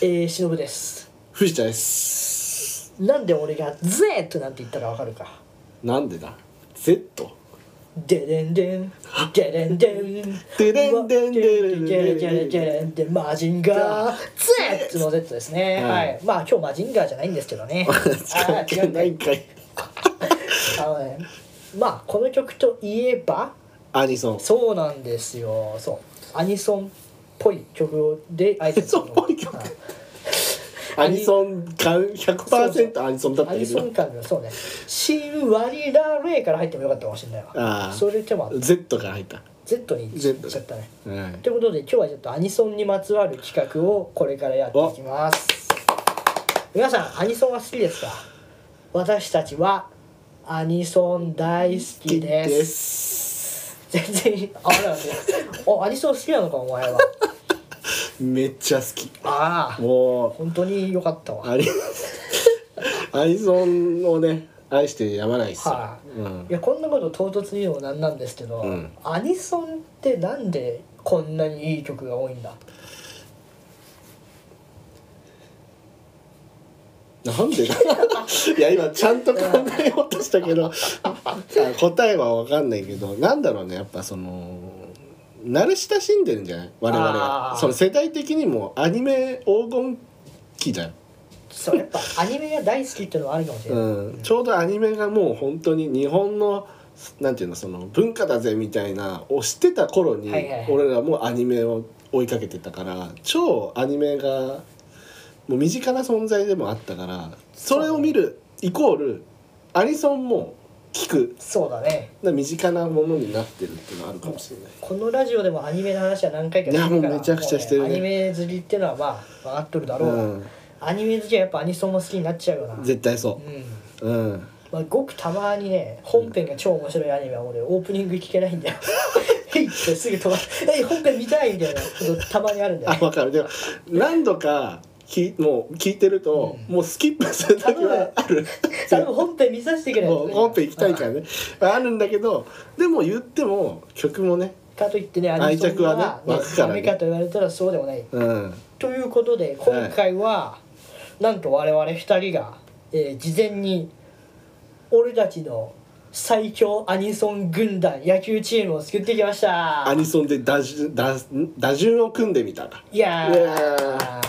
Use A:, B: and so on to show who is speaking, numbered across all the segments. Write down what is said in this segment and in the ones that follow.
A: えー、しのぶです
B: 藤田です
A: なんで俺が「Z」なんて言ったかわかるか
B: なんでだ Z
A: ででんでんででんでん
B: ででんで
A: ででん
B: んでん
A: でんでんでんマジンガー Z の Z ですね、
B: うん
A: はいまあ今日マジンガーじゃないんですけどね
B: 関係ないんかい
A: あのねまあこの曲といえば
B: アニソン
A: そうなんですよそうアニソンっぽい曲で挨拶するの
B: アニソンっぽい曲
A: はい
B: アニソン感
A: そう
B: 100%アニソンだっ
A: ア
B: たけ
A: ニソン
B: ど
A: 感のそうね「しんわりられ」から入ってもよかったかもしれない
B: あ
A: わ
B: あ
A: それでも
B: Z が入った、
A: Z に行っちゃったね
B: はい
A: ということで今日はちょっとアニソンにまつわる企画をこれからやっていきます皆さんアニソンは好きですか私たちはアニソン大好きです
B: す
A: 全然あれなんだよおアニソン好きなのかお前は
B: めっちゃ好き
A: ああ
B: も
A: 本当に良かった
B: う
A: わ
B: アニ アニソンをね愛してやまないっすよ、
A: は
B: うん
A: いやこんなこと唐突に言うのもなんなんですけど、
B: うん
A: アニソンってなんでこんなにいい曲が多いんだ
B: なんでだ いや今ちゃんと考えようとしたけど 答えは分かんないけどなんだろうねやっぱその慣れ親しんでるんじゃない我々
A: あ
B: は
A: ー
B: その世代的にもアニメ黄金期だよ、
A: そうやっぱアニメが大好きっていうのはあるかもしれない、
B: うん、ちょうどアニメがもう本当に日本のなんていうのその文化だぜみたいなを知ってた頃に
A: はいはいはい
B: 俺らもアニメを追いかけてたから超アニメがもう身近な存在でもあったからそれを見るイコールアニソンも聞く
A: そうだね
B: な身近なものになってるっていうのはあるかもしれない。
A: このラジオでもアニメの話は何回かしてるから
B: いやもうめちゃくちゃしてるね
A: もうアニメ好きってのはまあ分かっとるだろうが、
B: う、
A: アニメ好きはやっぱアニソンも好きになっちゃうよなうんん
B: 絶対そう、うん、
A: まあ、ごくたまにね本編が超面白いアニメは俺オープニング聞けないんだよ 「へい」ってすぐ止まって「え本編見たい」みたいなことたまにあるんだよ
B: あ
A: ね
B: わかるでも何度かきもう聞いてると、もうスキップする時はある
A: 多分本編見させてくれ
B: もう本編行きたいから
A: ね
B: ねあるんだけどでも言っても曲もね
A: かといってねアニ
B: 愛
A: ソン
B: 着はね
A: が
B: 湧くから
A: ダ
B: ね
A: メかと言われたらそうでもない
B: うん
A: ということで今回は、なんと我々2人が、えー事前に俺たちの最強アニソン軍団野球チームを作ってきました
B: アニソンで打順打打順を組んでみたら
A: いやー
B: いや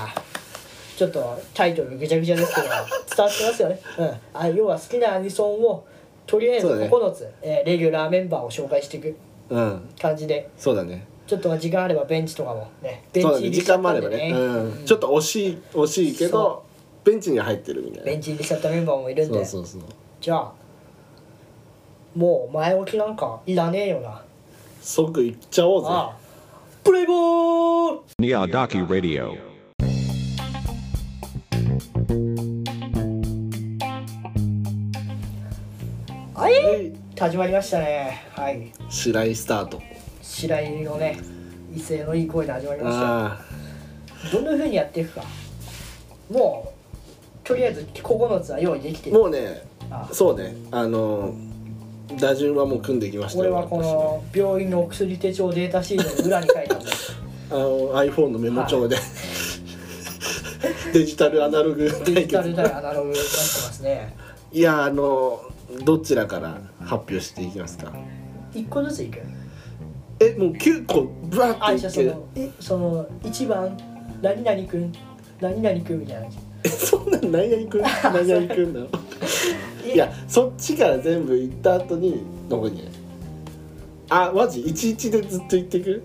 A: ちょっとタイトルぐちゃぐちゃ ですけど伝わってますよね、うん、あ要は好きなアニソンをとりあえず
B: そうだね
A: 9つ、えーレギュラーメンバーを紹介していく
B: うん
A: 感じで
B: そうだね
A: ちょっと時間あればベンチとかもねベン
B: そうだ
A: チ
B: ね
A: 入り
B: 時
A: しちゃ
B: 間
A: っ
B: も
A: た
B: あ
A: んで
B: れば
A: ね
B: ね、うん、ちょっと惜しい惜しいけどベンチには入ってるみた
A: ベ
B: い
A: ンチ入りしちゃったメンバーもいる
B: なんそ
A: で
B: うそうそう
A: じゃあもう前置きなんかいらねえよな
B: 即行っちゃおうぜ
A: ああプレイボール
C: Niyadaki Radio.
A: はい
B: はい
A: 始まりましたねはい
B: 白井スタート
A: 白井のね威勢のいい声で始まりまし
B: ああ
A: たどんな風にやっていくかもうとりあえず9つは用意できてる
B: もうね
A: あ
B: そうねあの打順はもう組んできました
A: 俺はこの病院のお薬手帳データシートの裏に書いた んだ
B: 私あの iPhone のメモ帳で、デジタルアナログ
A: デ
B: 対
A: ジタル
B: 決
A: 対アナログになってますね
B: いやあのどちらから発表していきますか
A: 1個ずついく
B: えもう9個ブワ
A: あ
B: ーっ
A: じゃ
B: て
A: あそ
B: いける
A: のえその1番何々くん何々くんみたいな
B: え そんなん何々く ん何々くんなのいやそっちから全部行った後にどこにあマジ11でずっと行ってく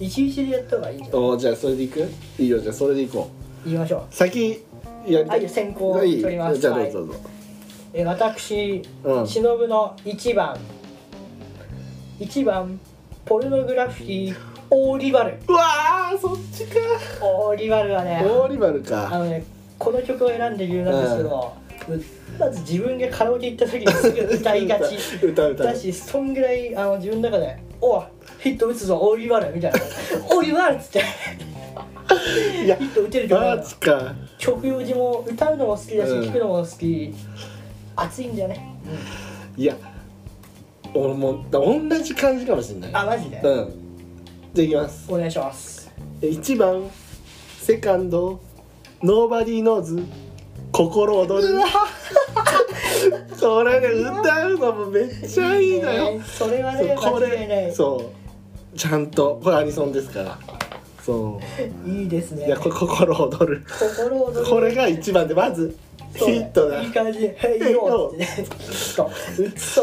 A: 一日でやった方がいいんじゃない
B: おーじゃあそれで行くいいよじゃあそれで行こ
A: 言いましょう
B: う先やり
A: はいじゃあ先行取ります
B: いいじゃあどうぞどうぞ、
A: え私
B: うん
A: 忍の1番1番ポルノグラフィーオーリバル
B: うわーそっちか
A: オーリバルはね
B: オーリバル
A: あ
B: か
A: のねこの曲を選んで理由なんですけど、まず自分がカラオケ行った 時にすぐ歌いがち
B: 歌う歌う
A: だしそんぐらいあの自分の中で「おいヒット打つぞオーリバル」みたい な「オーリバル」っつって
B: いや
A: ヒット打てる曲な
B: マ
A: の
B: ジか
A: 曲用事も歌うのも好きだし
B: うん
A: 聴くのも好き熱いんだよね
B: いや俺も同じ感じかもしれない
A: あマジで
B: うん。じゃあいきます。
A: お願いします
B: 1番、セカンド、 Nobody Knows 心躍るこれね歌うのもめっちゃいいのよ
A: ねそれは
B: そう
A: ね
B: こ
A: 間違いな
B: れ
A: い
B: そうちゃんとこれアニソンですからそう
A: いいですね
B: いやこれ心躍る
A: 心躍る
B: これが一番でまずヒ
A: そう
B: ットだ
A: いい感じで「ヘイよ」ってねヒットうっそ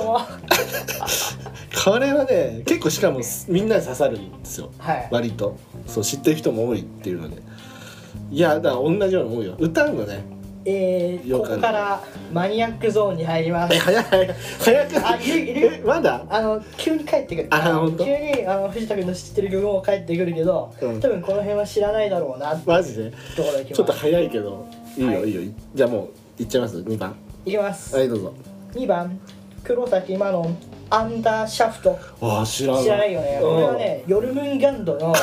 B: これはね結構しかもみんなに刺さるんですよ
A: はい
B: 割とそう知ってる人も多いっていうのでいやだから同じようなもんよ歌うのね
A: えー、
B: よ
A: こ
B: かった
A: こからマニアックゾーンに入りま
B: え
A: す
B: 早い早い早く
A: あいるいる
B: えまだ
A: あの急に帰ってくる
B: あ本当
A: 急にあの藤田君の知ってる曲も帰ってくるけど、
B: うん
A: 多分この辺は知らないだろうなって
B: マジで
A: ところでいきます
B: ちょっと早いけどいいよ、
A: はい
B: い、いよいじゃあもういっちゃいます2番
A: いきます、
B: はいどうぞ
A: 2番黒崎マノンアンダーシャフト
B: ああ知らない
A: 知らないよねこれはねヨルムンガンドの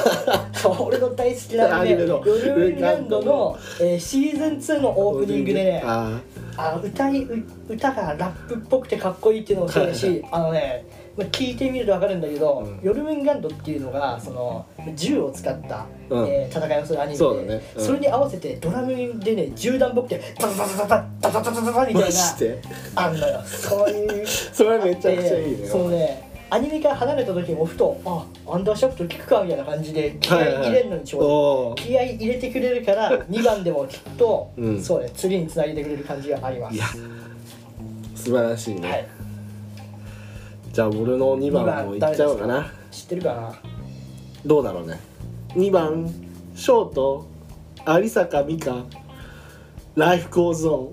A: そう俺の大好きな
B: ア
A: アニ
B: ニ
A: メ
B: メの
A: ヨルムンガンドの、えーシーズン2の
B: うん
A: オープニングでね
B: あ
A: あの歌いう歌がラップっぽくてかっこいいっていうのもそうだ
B: は
A: しあのねまあ聞いてみると分かるんだけど、
B: うん
A: ヨルムンガンドっていうのがその銃を使った、
B: うん
A: えー戦いをするアニメで
B: そうだねうん
A: それに合わせてドラムでね銃弾っぽくてタタタタタタタタタタみ
B: ー
A: た
B: マ
A: い
B: ジ
A: な
B: で
A: あんのよそういう
B: それめちゃくちゃいい
A: で
B: ね
A: そうねアニメから離れた時もふとあアンダーシャフト聞くかみたいな感じで気合い入れるのにちょうど、
B: ょ
A: 気合い入れてくれるから2番でもきっと、
B: うん
A: そうね次につなげてくれる感じがあります
B: いや素晴らしいね、
A: はい
B: じゃあ俺の2番もいっちゃおうかな
A: 知ってるかな
B: どうだろうね2番ショート有坂美香ライフコーズオ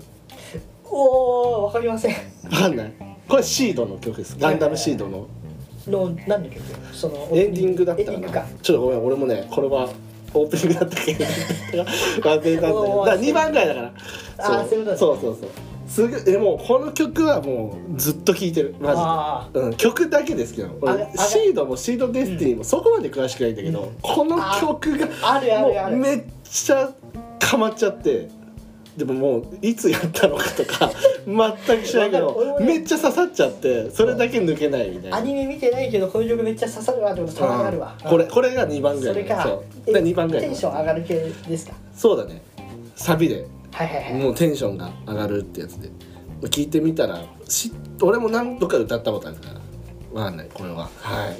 A: おおわかりません
B: ンわかんないこれシードの曲ですガンダムシードの
A: の何の曲その
B: エンディングだった
A: エン
B: か
A: ディン
B: な
A: グか
B: ちょっとごめん俺もねこれはオープニングだった けど忘れたんだけどだから2番ぐらいだから
A: あーそういうことね
B: そうそうそうすぐでもこの曲はもうずっと聴いてるマジで
A: あ
B: うん、曲だけですけど
A: あ
B: 俺
A: れあれ
B: シードもシードデスティニーもそこまで詳しくないんだけど、
A: うん
B: この曲が
A: ああるあるある
B: もうめっちゃかまっちゃってでももういつやったのかと か全く知らないけ
A: わかる
B: ど
A: 俺もね
B: めっちゃ刺さっちゃってそれだけ抜けないみたい
A: ーア
B: な。
A: ニメ見てないけどこの曲めっちゃ刺さるわってことたまにあるわ
B: うんこれこれが2番ぐら
A: そ
B: い
A: れ
B: だね
A: か
B: そうで
A: え
B: 2番ぐらい
A: テンション上がる系ですか
B: そうだねサビで
A: はいはいはい
B: もうテンションが上がるってやつで聞いてみたらし俺も何度か歌ったことあるからわかんないこれははいい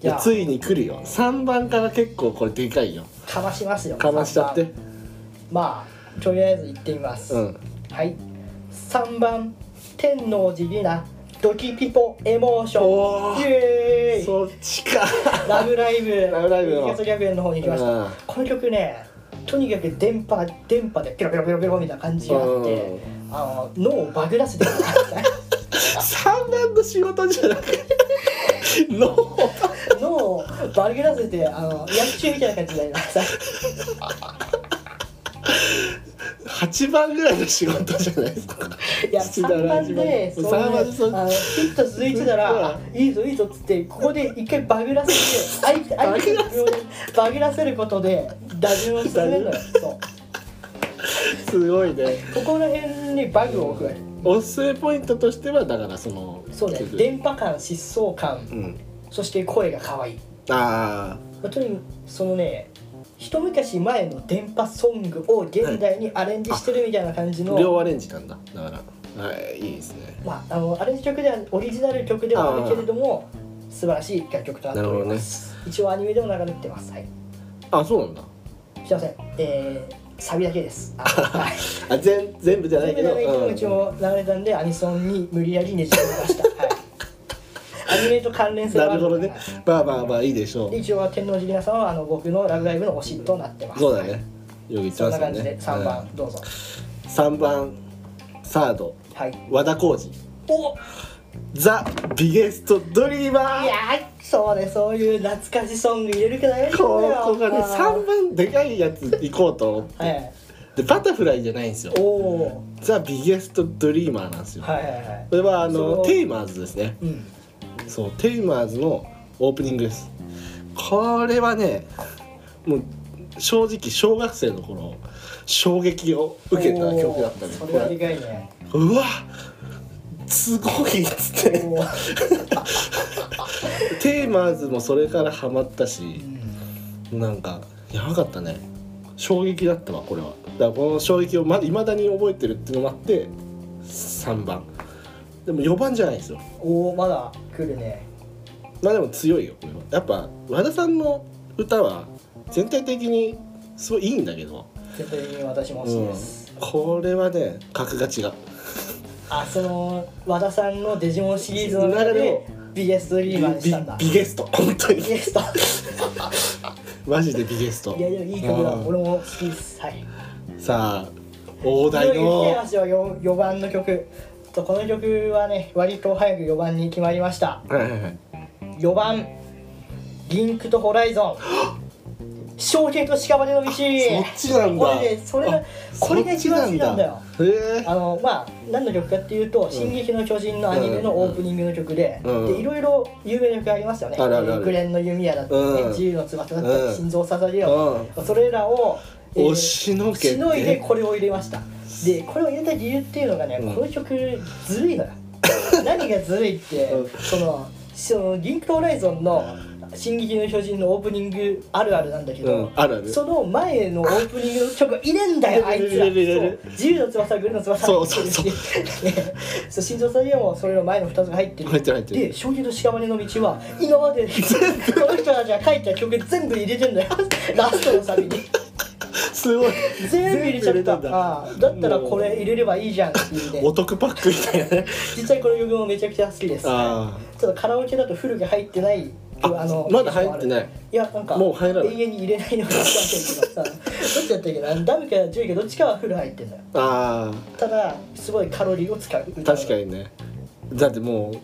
A: じゃ
B: や
A: あ
B: ついに来るよ3番から結構これでかいよ
A: かましますよ
B: かましちゃって
A: まあとりあえず行ってみます、
B: うん
A: はい3番天王寺リナドキピポエモーショ
B: お
A: ン
B: ー
A: イエーイ
B: そっちか
A: ラブライブ
B: ラブライブの
A: 月逆園の方に行きました
B: うん
A: この曲ねとにかく電波電波でピロピロピロピロみたいな感じがあってあの脳をバグらせてる
B: 3番の仕事じゃな くての
A: 脳をバグらせてあの薬中みたいな感じになりました
B: 8番ぐらいの仕事じゃないですか
A: いや
B: 七
A: 3番で
B: 八
A: そ
B: 番
A: う
B: 三番
A: ね
B: でそ
A: あのヒット続いてたら
B: う
A: あいいぞいいぞっつってここで一回バグらせて相手相手の秒でバグらせることで打順を進めるのよそう
B: すごいね
A: ここら辺にバグを加える
B: おすすめポイントとしてはだからその
A: そうね
B: 曲
A: 電波感疾走感
B: うん
A: そして声が可愛い
B: あ
A: まあとにかくそのね一昔前の電波ソングを現代にアレンジしてるみたいな感じ
B: あ
A: の、
B: 両アレンジなんだだからはいいいですね
A: まあ、あのアレンジ曲ではオリジナル曲ではあるけれども素晴らしい楽曲となっております、一応アニメでも流れてますはい
B: あそうなんだ
A: すいませんえー、サビだけですあ はい
B: あ全全部じゃな
A: 全
B: い
A: 部
B: け
A: 流
B: ど
A: れ
B: うん
A: 一応流れたんでアニソンに無理やりねじ込みました はいアニメと関連性は
B: な
A: あ
B: る
A: る
B: ほ
A: の
B: ど
A: で
B: ねまあまあまあいいでしょう
A: で一応は天王寺皆さんはあの僕の「ラブライブ!」の推しとなってます
B: そうだね。よく言って
A: そんな
B: ますよ
A: 感じで
B: ね。
A: 3番、どうぞ
B: うん。三番サード
A: はい
B: 和田浩二。
A: お
B: ザビゲストドリーマ
A: い
B: ー。
A: やーそうねそういう懐かしソング入れるけどよ
B: ここがね
A: あー
B: 三番でかいやつ行こうと思って。
A: はい
B: でバタフライじゃないんですよ
A: お。お
B: ザビゲストドリーマーなんですよ。
A: はいはいはい
B: これはあ
A: そ
B: の
A: の
B: テイマーズですね。
A: うん
B: そうテイマーズのオープニングです。これはね、もう正直小学生の頃衝撃を受けた曲だった
A: お
B: ね。
A: ー
B: こ
A: それは
B: れ
A: でかいね
B: うわすごいっつって
A: おーテ
B: テーマーズもそれからハマったし
A: うん
B: なんかやばかったね衝撃だったわこれはだからこの衝撃をまいまだに覚えてるっていうのもあって3番でも4番じゃないですよ
A: おおまだ来るね
B: まあでも強いよこれはやっぱ和田さんの歌は全体的にすごいいいんだけど、
A: 絶対に私も好き
B: うん
A: です、、
B: これはね格が違う
A: あその和田さんのデジモンシリーズの中
B: 中で
A: で
B: も
A: ビゲストリーマン
B: ビ
A: したんだ
B: ビゲスト本当に
A: ビゲスト
B: マジでビゲスト
A: いやでもいい曲だ
B: うん
A: 俺も好きですはい
B: さあ大台
A: 来てま
B: の
A: すよ 4, 4番の曲とこの曲はね割と早く4番に決まりました
B: はいはいはい
A: 4番「リンクとホライゾン」 「証券と屍の道」
B: そっちなんだ
A: これねそれが
B: あ
A: これが一番好きなんだよ
B: そっちなんだへ
A: あのまあ何の曲かっていうと「進撃の巨人」のアニメのオープニングの曲で,、
B: うん
A: でいろいろ有名な曲ありますよね「
B: あるあるある
A: グレンの弓矢」だったり、ね
B: うん
A: 自由の翼」だったり、
B: うん
A: 心臓を捧げよ」それらを、
B: え押しのけて
A: しのいでこれを入れましたでこれを入れた理由っていうのがね、
B: うん
A: この曲ずるい のよ何がずるいって、
B: うん
A: そのそのリンクとホライゾンの「進撃の巨人」のオープニングあるあるなんだけど、
B: うんあるある
A: その前のオープニングの曲入れんだよあいつら
B: 入れる入れる入れる
A: そう自由の翼グレーの翼
B: そうそうそう
A: 入ってるしね そう心臓さんにはもうそれの前の2つが入ってる
B: 入ってる入ってる
A: で「将棋と屍の道」は今までこの人たちが書いた曲全部入れてんだよラストのサビに。
B: すごい
A: 全部入れちゃった
B: 全部入れたんだ
A: ああだったらこれ入れればいいじゃんっていう
B: お
A: ね
B: 得パックみたいなね
A: 実際この曲もめちゃくちゃ好きですちょ
B: あ
A: っとカラオケだと古く入ってない
B: あまだ入ってない
A: いやなんか
B: もう入らない
A: 永遠に入れないのが分かんないけどさどっちだったっけなダムかジュイかどっちかはフル入ってんだよ
B: ーあ
A: ただすごいカロリーを使う
B: ー確か
A: に
B: にねだってもう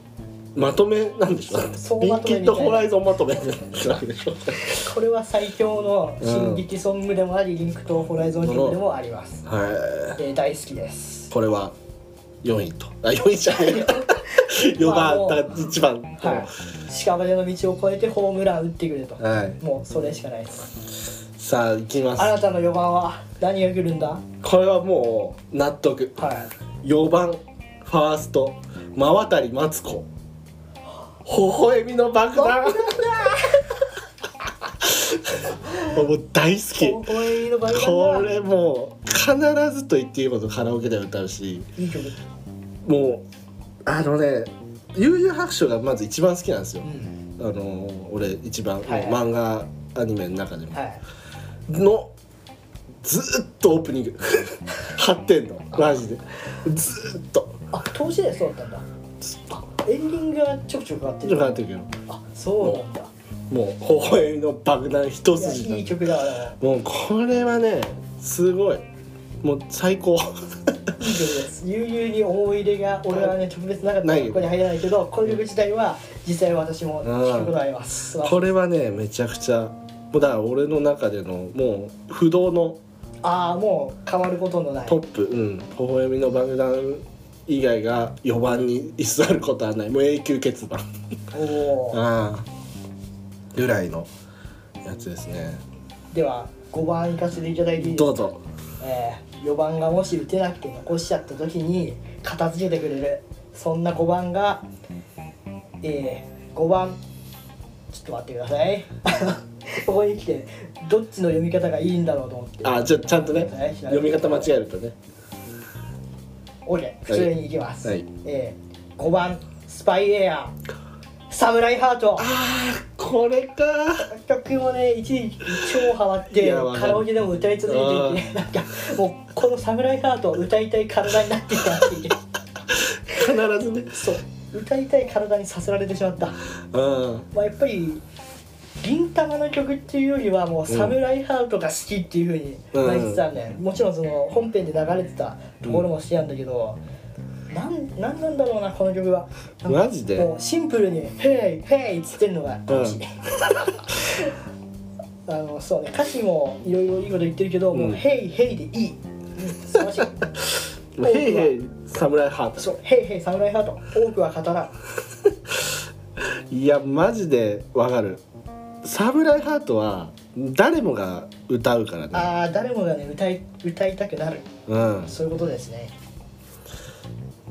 B: まとめなんでしょ
A: そう
B: ビ
A: ま
B: ッ
A: と
B: キ
A: めみたいな
B: ットホライゾンまとめなんでしょ
A: これは最強の進撃ソングでもあり、リンクとホライゾン曲でもあります、
B: は
A: えー大好きです
B: いこれは4位と あ4位じゃない4
A: まあもう
B: 番だから1番
A: はい屍の道を越えてホームラン打ってくれと
B: はい
A: もうそれしかないです
B: さあ行きます
A: あなたの4番は何が来るんだ
B: これはもう納得
A: は
B: 4番ファースト真渡りマツ子微笑みの爆弾 もう大好
A: い。
B: き
A: お声のバリ
B: こ
A: バリ
B: れもう必ずと言っていいほどカラオケでは歌うし
A: だ。いい曲。
B: もうあのね悠々白書がまず一番好きなんですよ
A: う、ん。
B: あの俺一番、
A: はいはい
B: 漫画アニメの中でも、
A: はい。
B: のずーっとオープニング張ってんのマジでずーっと
A: あ、投資でそうだったんだ。あ、エンディングがちょくちょく変わって
B: ちょっと
A: る。
B: 待ってるけど
A: あ、そうなんだ。
B: もう微笑みの爆弾一
A: いや、
B: 筋
A: いい
B: だ
A: 曲だわ。
B: もうこれはねすごいもう最
A: い
B: 高
A: い曲です。悠々に思い入れが俺はね特別なかった
B: ない
A: ここに入らないけど、この曲自体は実際私も聴くことがあります。素晴らしい
B: これはねめちゃくちゃもうだから俺の中でのもう不動の
A: ああ、もう変わることのない。
B: トップうん微笑みの爆弾以外が4番に居座ることはないもう永久欠番
A: おお。
B: ああぐらいのやつですね
A: では5番行かせていただいていいですか
B: どうぞ
A: え4番がもし打てなくて残しちゃった時に片付けてくれるそんな5番が、え5番ちょっと待ってください ここに来てどっちの読み方がいいんだろうと思って
B: あじゃあちゃんとね
A: はい
B: 読み方間違えるとね
A: OK 普通にいきます、
B: はい
A: え5番スパイエアサムライハート
B: これか
A: 曲もね一時期超ハマって
B: い
A: カ
B: やわかる
A: ラオケでも歌い続けていてなんかもうこの「サムライハート」を歌いたい体になってきたっていう。
B: 必ずね
A: そう歌いたい体にさせられてしまった、
B: うん
A: まあ、やっぱり銀魂の曲っていうよりはもう「サムライハート」が好きっていうふう
B: う
A: に
B: ん
A: 毎日さんね、もちろんその本編で流れてたところも好きなんだけど、なんなんなんだろうなこの曲はなんか
B: マジで
A: もうシンプルに「ヘイヘイ」っつってんのが楽しい、
B: うん
A: あのそうね歌詞もいろいろいいこと言ってるけど、も
B: う
A: うんヘイヘイでいい、うん、素晴らしい
B: 「ヘイヘイ侍ハー
A: そう「ヘイヘイサムライハート」多くは語らん
B: ト」いやマジでわかる「侍ハート」は誰もが歌うからね
A: ああ誰もがね歌い歌いたくなる
B: うん
A: そういうことですね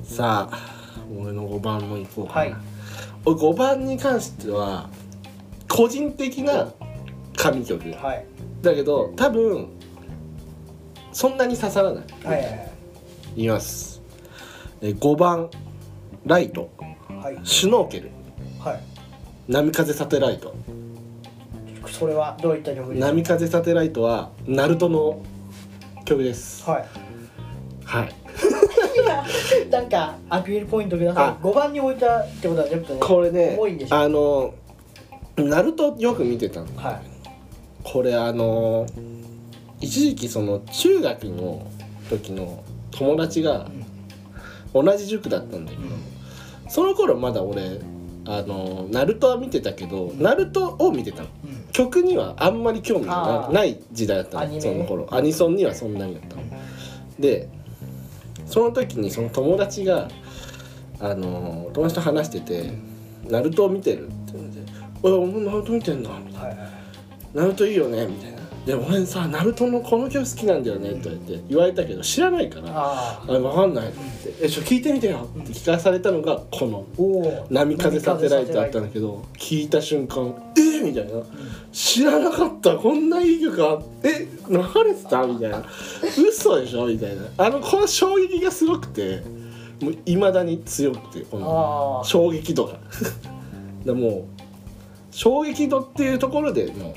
B: さあ俺の5番もいこうかな、
A: はい
B: 俺5番に関しては個人的な神曲
A: はい
B: だけど多分そんなに刺さらない
A: はいはい
B: 言いますえー5番ライト
A: はいはい
B: シュノーケル
A: はい
B: 波風サテライト
A: それはどういった曲ですか
B: 波風サテライトはナルトの曲です
A: はい
B: はい
A: なんかアピールポイントくだ
B: あ
A: さい5番に置いたってことはちょっとね
B: これね
A: 重いんでしょ
B: あのナルトよく見てたの
A: は
B: これあの一時期その中学の時の友達が同じ塾だったんだけ
A: い、う
B: ど
A: ん
B: その頃まだ俺あのナルトは見てたけどナルトを見てたの
A: うん
B: 曲にはあんまり興味が
A: あー
B: なない時代だっ
A: ア
B: た
A: ニメ
B: の
A: ね
B: その頃アニソンにはそんなにだったのでその時にその友達があの友達と話してて「ナルトを見てる」って言われて「おいお前ナルト見てんの?」みたいな
A: はいはいはい
B: ナルトいいよねみたいな「で俺さナルトのこの曲好きなんだよね」って言われて言われたけど知らないから
A: あ
B: 「あ
A: あ
B: れ分かんない」って言って「えちょ聞いてみてよ」って聞かされたのがこの
A: おお
B: 「波風サテライト」だったんだけど聞いた瞬間「えみたいな「知らなかったこんないい曲あえ流れてた?」みたいな「嘘でしょ?」みたいなあのこの衝撃がすごくていまだに強くてこの
A: ああ
B: 衝撃度が でもう衝撃度っていうところでも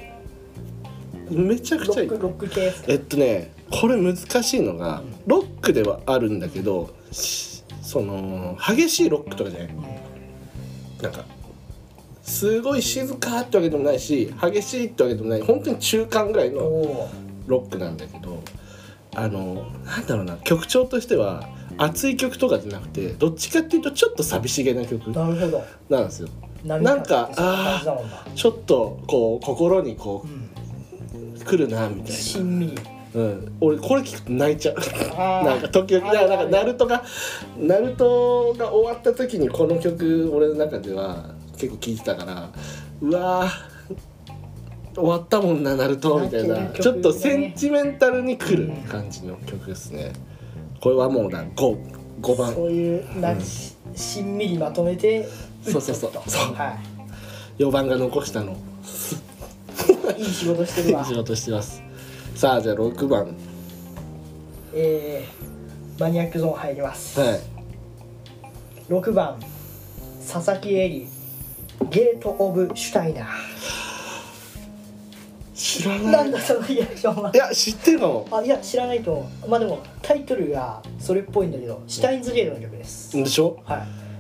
B: うめちゃく
A: ロ
B: ちゃい
A: ッ
B: い
A: クロック系っすか
B: えっとねこれ難しいのがロックではあるんだけどしその激しいロックとかじゃないなんかすごい静かってわけでもないし激しいってわけでもない本当に中間ぐらい
A: お
B: の
A: お
B: ロックなんだけどあのなんだろうな曲調としては熱い曲とかじゃなくてどっちかっていうとちょっと寂しげな曲
A: なるほど
B: なんですよ
A: 波
B: なんか
A: 風ってそういう感じだもんな
B: ちょっとこう心にこ
A: うん
B: う来るなみたい
A: しんみり
B: な、うん、俺これ聞くと泣いちゃう
A: あ
B: なんか時々
A: あるある
B: ななんかナルトがナルトが終わった時にこの曲俺の中では結構聴いてたからうわー終わったもんなナルトみたい
A: 泣
B: な
A: ける曲
B: ちょっとセン
A: ね
B: チメンタルに来る感じの曲ですねこれはもうな 5, 5番
A: そういうなんかししんみりまとめて
B: そうそうそうそう
A: は
B: 4番が残したの
A: いいい仕事してるわ
B: 仕事してますさあじゃあ6番は
A: えーマニアックゾーン入ります
B: い
A: 6番佐々木絵里ゲート・オブ・シュタイナ
B: 知ら
A: ー
B: な
A: ないんだそのリアクションはい
B: や知ってるかも
A: あいや知らないと思うまあでもタイトルがそれっぽいんだけどシュタインズゲートの曲です、
B: でしょ
A: は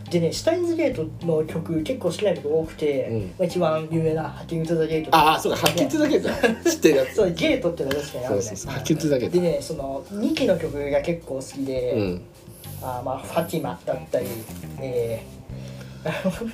A: いでねシュタインズゲートの曲結構好きな曲多くて、
B: うん
A: まあ、一番有名な「ハッキング・トゥ・ザ・ゲート」
B: ああそうか発見だけだ知ってるやつ
A: そうゲートっていうのが確かにあるね
B: そうそうそう発見だけ
A: で
B: だ
A: ねその2期の曲が結構好きで、
B: うん
A: あーまあファティマだったり、えー、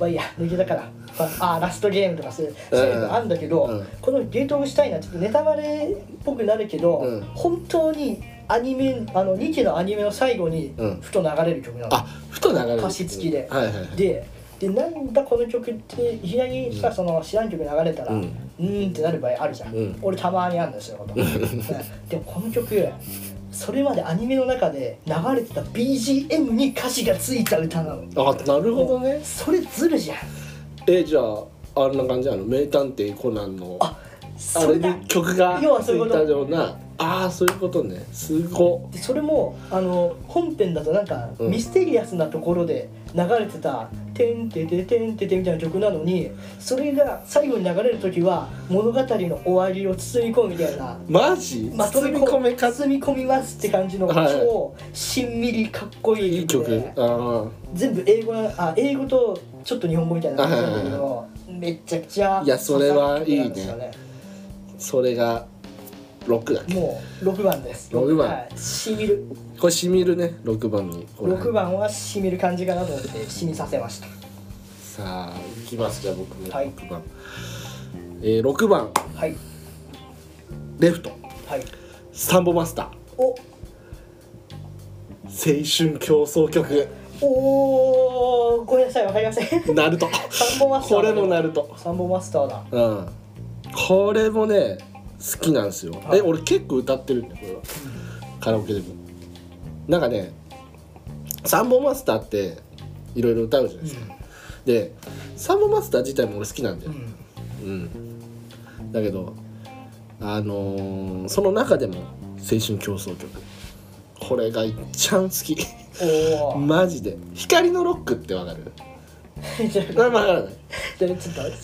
A: まあいいや抜けたからまああーラストゲームとかそういうそういうのあるんだけど、
B: うん
A: この「ゲート・オブ・シュタイナー」ちょっとネタバレっぽくなるけど、
B: うん
A: 本当にアニメあの2期のアニメの最後に
B: うん
A: ふと流れる曲なの、
B: あふと流れる
A: 歌詞付きで
B: はいはいはい
A: ででなんだこの曲っていきなりさ、その知らん曲流れたら、
B: う
A: うんん、ーんってなる場合あるじゃん、
B: うん
A: 俺たまにあるんですよこと、うん でもこの曲それまでアニメの中で流れてた BGM に歌詞がついた歌なの
B: あなるほどね
A: それずるじゃん
B: えじゃああんな感じなの名探偵コナンの
A: あ
B: あ
A: そ
B: れ
A: れだ
B: に曲がつ
A: 要はそういうこ
B: い
A: と
B: たようなああそういうことねすご
A: でそれもあの本編だとなんか
B: うん
A: ミステリアスなところで流れてた「てんてててんてて」みたいな曲なのにそれが最後に流れる時は物語の終わりを包み込むみたいな
B: マジ
A: まと
B: 包
A: め
B: み
A: 込
B: 込
A: め
B: めか
A: 包み込みますって感じの
B: はい
A: 超しんみりかっこい
B: いい
A: い曲
B: 曲
A: で
B: あ
A: 全部英語なあ英語とちょっと日本語みたいな感じなんだけどめちゃくちゃ
B: いやそれはいいね
A: 刺さる曲なんです
B: あそれがロックだっ
A: よね
B: け
A: もう6番です
B: 六番
A: はい、しみる
B: これしみるね6番にこれ
A: 6番はしみる感じかなと思ってしみさせました
B: さあいきますじゃあ僕も
A: はい
B: 6番、えー、6番
A: はい
B: レフト
A: はい
B: サンボマスター
A: お
B: 青春競争曲
A: おーごめんなさいわかりません
B: ナルト
A: サンボマスター
B: これもナルト
A: サンボマスターだ
B: うんこれもね好きなんですよ
A: はい
B: え俺結構歌ってるんだよこれはカラオケでもなんかねサンボマスターっていろいろ歌うじゃないですか、でサンボマスター自体も俺好きなんだ
A: う
B: よ、
A: ん
B: うんだけどあのーその中でも青春競争曲これがいっちゃん好き
A: お お
B: マジで光のロックってわかる
A: じゃあ
B: まあわからない
A: ちょっと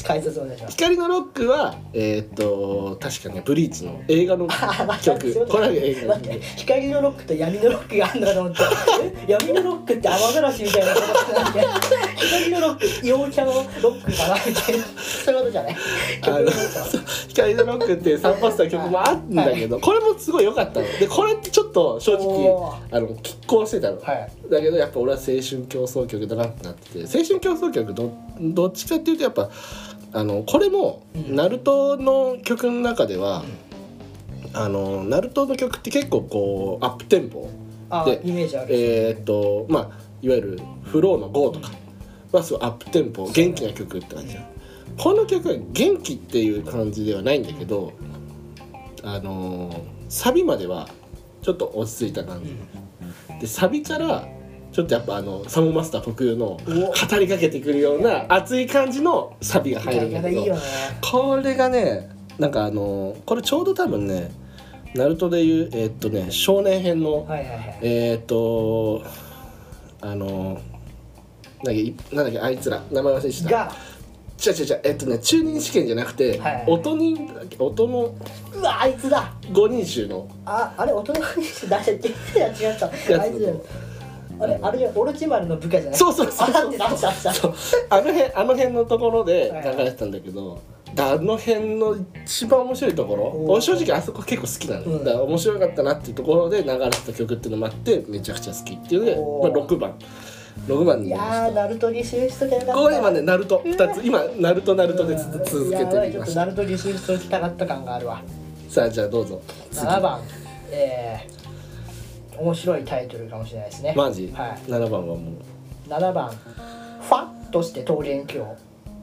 A: 解説お願いします
B: 光のロックはえーっと確かねブリーチの映 画の
A: そう
B: 曲これは映画の
A: 待って光のロックと闇のロックがあんだと思ってえ闇のロックって雨ざらしみたいなことなんで光のロック陽キャのロックかなみたいなそういうことじゃない
B: あ
A: 曲
B: の
A: のこと
B: 光のロックっていうサンパスタの曲もあるんだけどこれもすごい良かったのでこれってちょっと正
A: お
B: 直あの拮抗してたの、
A: はい
B: だけどやっぱ俺は青春競争曲だなってなってて青春競争曲どどっちかっていうとやっぱあのこれも
A: うん
B: ナルトの曲の中では、あのナルトの曲って結構こうアップテンポ
A: あ
B: で
A: イメージある
B: えーっとまあいわゆるフローの GO とかはすごいアップテンポ元気な曲って感じだこの曲は元気っていう感じではないんだけどあのーサビまではちょっと落ち着いた感
A: う
B: じ
A: ん
B: でサビからちょっとやっぱあのサモマスター特有の
A: お
B: 語りかけてくるような熱い感じのサビが入るんだけ
A: いい
B: ど
A: よね
B: これがねなんかあのーこれちょうど多分ねナルトでいうえーっとね少年編の
A: はいはいはい
B: えーっ、とあのなんだっけいなんだっけあいつら名前忘れした
A: が
B: 違う違う違うえっとね中任試験じゃなくて、
A: はい
B: 音人だっけ音の
A: うわあいつだ
B: 五人衆の
A: ああれ大人にして出してって言ってた違った
B: や
A: あい
B: つ
A: つだ
B: だ
A: よ
B: と
A: あれあれじゃんオロチマルの部下じゃない
B: そうそうそう
A: あってなったあった
B: そうあの辺あの辺のところで
A: はい
B: 流れてたんだけど、だあの辺の一番面白いところ
A: おー
B: 俺正直あそこ結構好きなの、
A: うん
B: だから面白かったなっていうところで流れてた曲っていうのもあってめちゃくちゃ好きっていうので、
A: おー
B: まあ、6番6番
A: い
B: に入れま
A: やー
B: した
A: ナルトにしる人がよかった
B: 5位までナルト2つ今ナルトナルトでつ
A: うん
B: 続け
A: やば
B: て
A: い
B: み
A: ちょっ
B: ま
A: と
B: した
A: ナルトリスースをしたかった感があるわ
B: さあじゃあどうぞ次
A: 7番えー、面白いタイトルかもしれないですね
B: マジ、
A: は
B: 7番はもう
A: い7番ファッとして桃源郷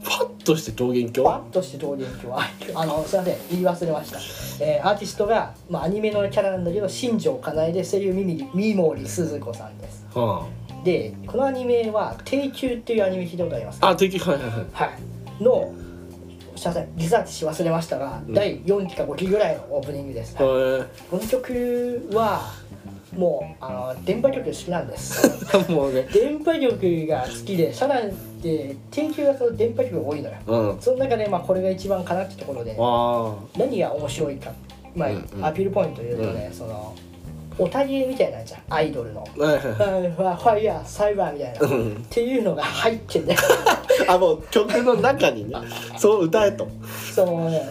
B: ファッとして桃源
A: ファ
B: 郷
A: ッとして桃源郷ああのすいません言い忘れました、えー、アーティストが、まあ、アニメのキャラなんだけど新庄かなえで声優ミミミモリスズ子さんです
B: は
A: でこのアニメは「低級」っていうアニメ聞いたことありますか
B: ああ敵はいはいはい
A: はいのすいませんリサーチし忘れましたが、
B: うん
A: 第4期か5期ぐらいのオープニングです、はい
B: は
A: この曲はもうあの電波局好きなんです
B: いもうね
A: 電波局が好きでさらにで低級がその電波局が多いのよ
B: うん
A: その中で、まあ、これが一番かなってところで
B: あ
A: 何が面白いか、まあ
B: うんうん
A: アピールポイント言うとね、そのおたげみたいなんじゃんアイドルの
B: あはい
A: フ
B: は
A: ァイヤーファイヤーサイバーみたいな、
B: うん
A: っていうのが入って んだよ
B: いあもう曲の中にねそう歌えと
A: そのね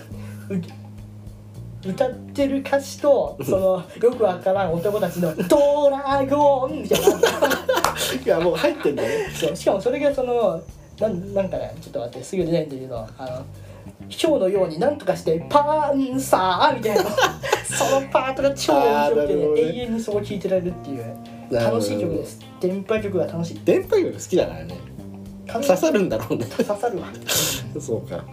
A: う歌ってる歌詞とそのよくわからん男たちの「ドラゴン」みたいな
B: いやもう入ってんだね
A: そうしかもそれがそのなんなんかねちょっと待ってすぐ出ないんだけどあのヒョウのようになんとかして「パンサー」みた いなそのパートが超面白くて、
B: あーなるほどね
A: 永遠にそこ聴いてられるっていう
B: なるほど
A: 楽しい曲です電波曲が楽しい
B: 電波曲好きだからね
A: 刺
B: 刺さるんだろうね
A: 刺さるわ
B: そうか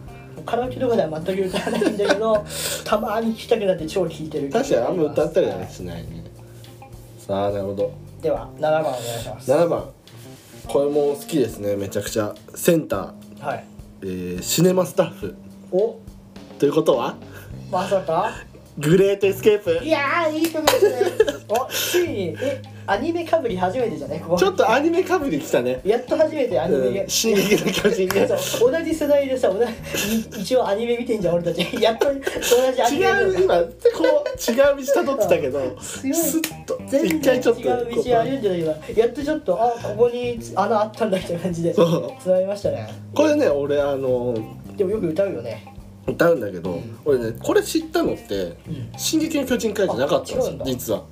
A: カラオケとかでは全く歌わないんだけ どたまに聴きたくなって超聴いてる
B: 確かにあんま歌ったりは
A: は
B: しないねさあなるほど
A: いでは7番お願いします
B: 7番これも好きですねめちゃくちゃセンター、
A: はい
B: えーシネマスタッフ
A: お
B: ということは
A: まさか
B: グレートエスケープ
A: いやーいい曲ですね おついにえアニメかぶり初めてじゃないここ
B: ちょっとアニメかぶりきたね
A: やっと初めてアニメ
B: うん進撃の巨人ね
A: そう同じ世代でさ同じ一応アニメ見てんじゃん俺たち やっと同じアニメ
B: 違う今こう違う道たどってたけどス
A: 強い
B: ッと
A: 全然
B: 一
A: 違
B: 回
A: う
B: ちょ
A: 道
B: っとこ
A: 歩んじゃないけどやっとちょっとあここに穴あったんだみたいな感じでつ
B: そ
A: なりましたね
B: うこれね俺あの
A: でもよく歌うよね
B: 歌うんだけど、俺ねこれ知ったのって
A: うん
B: 「進撃の巨人」からじゃなかったんで
A: あ違
B: す
A: うんだ
B: よ実は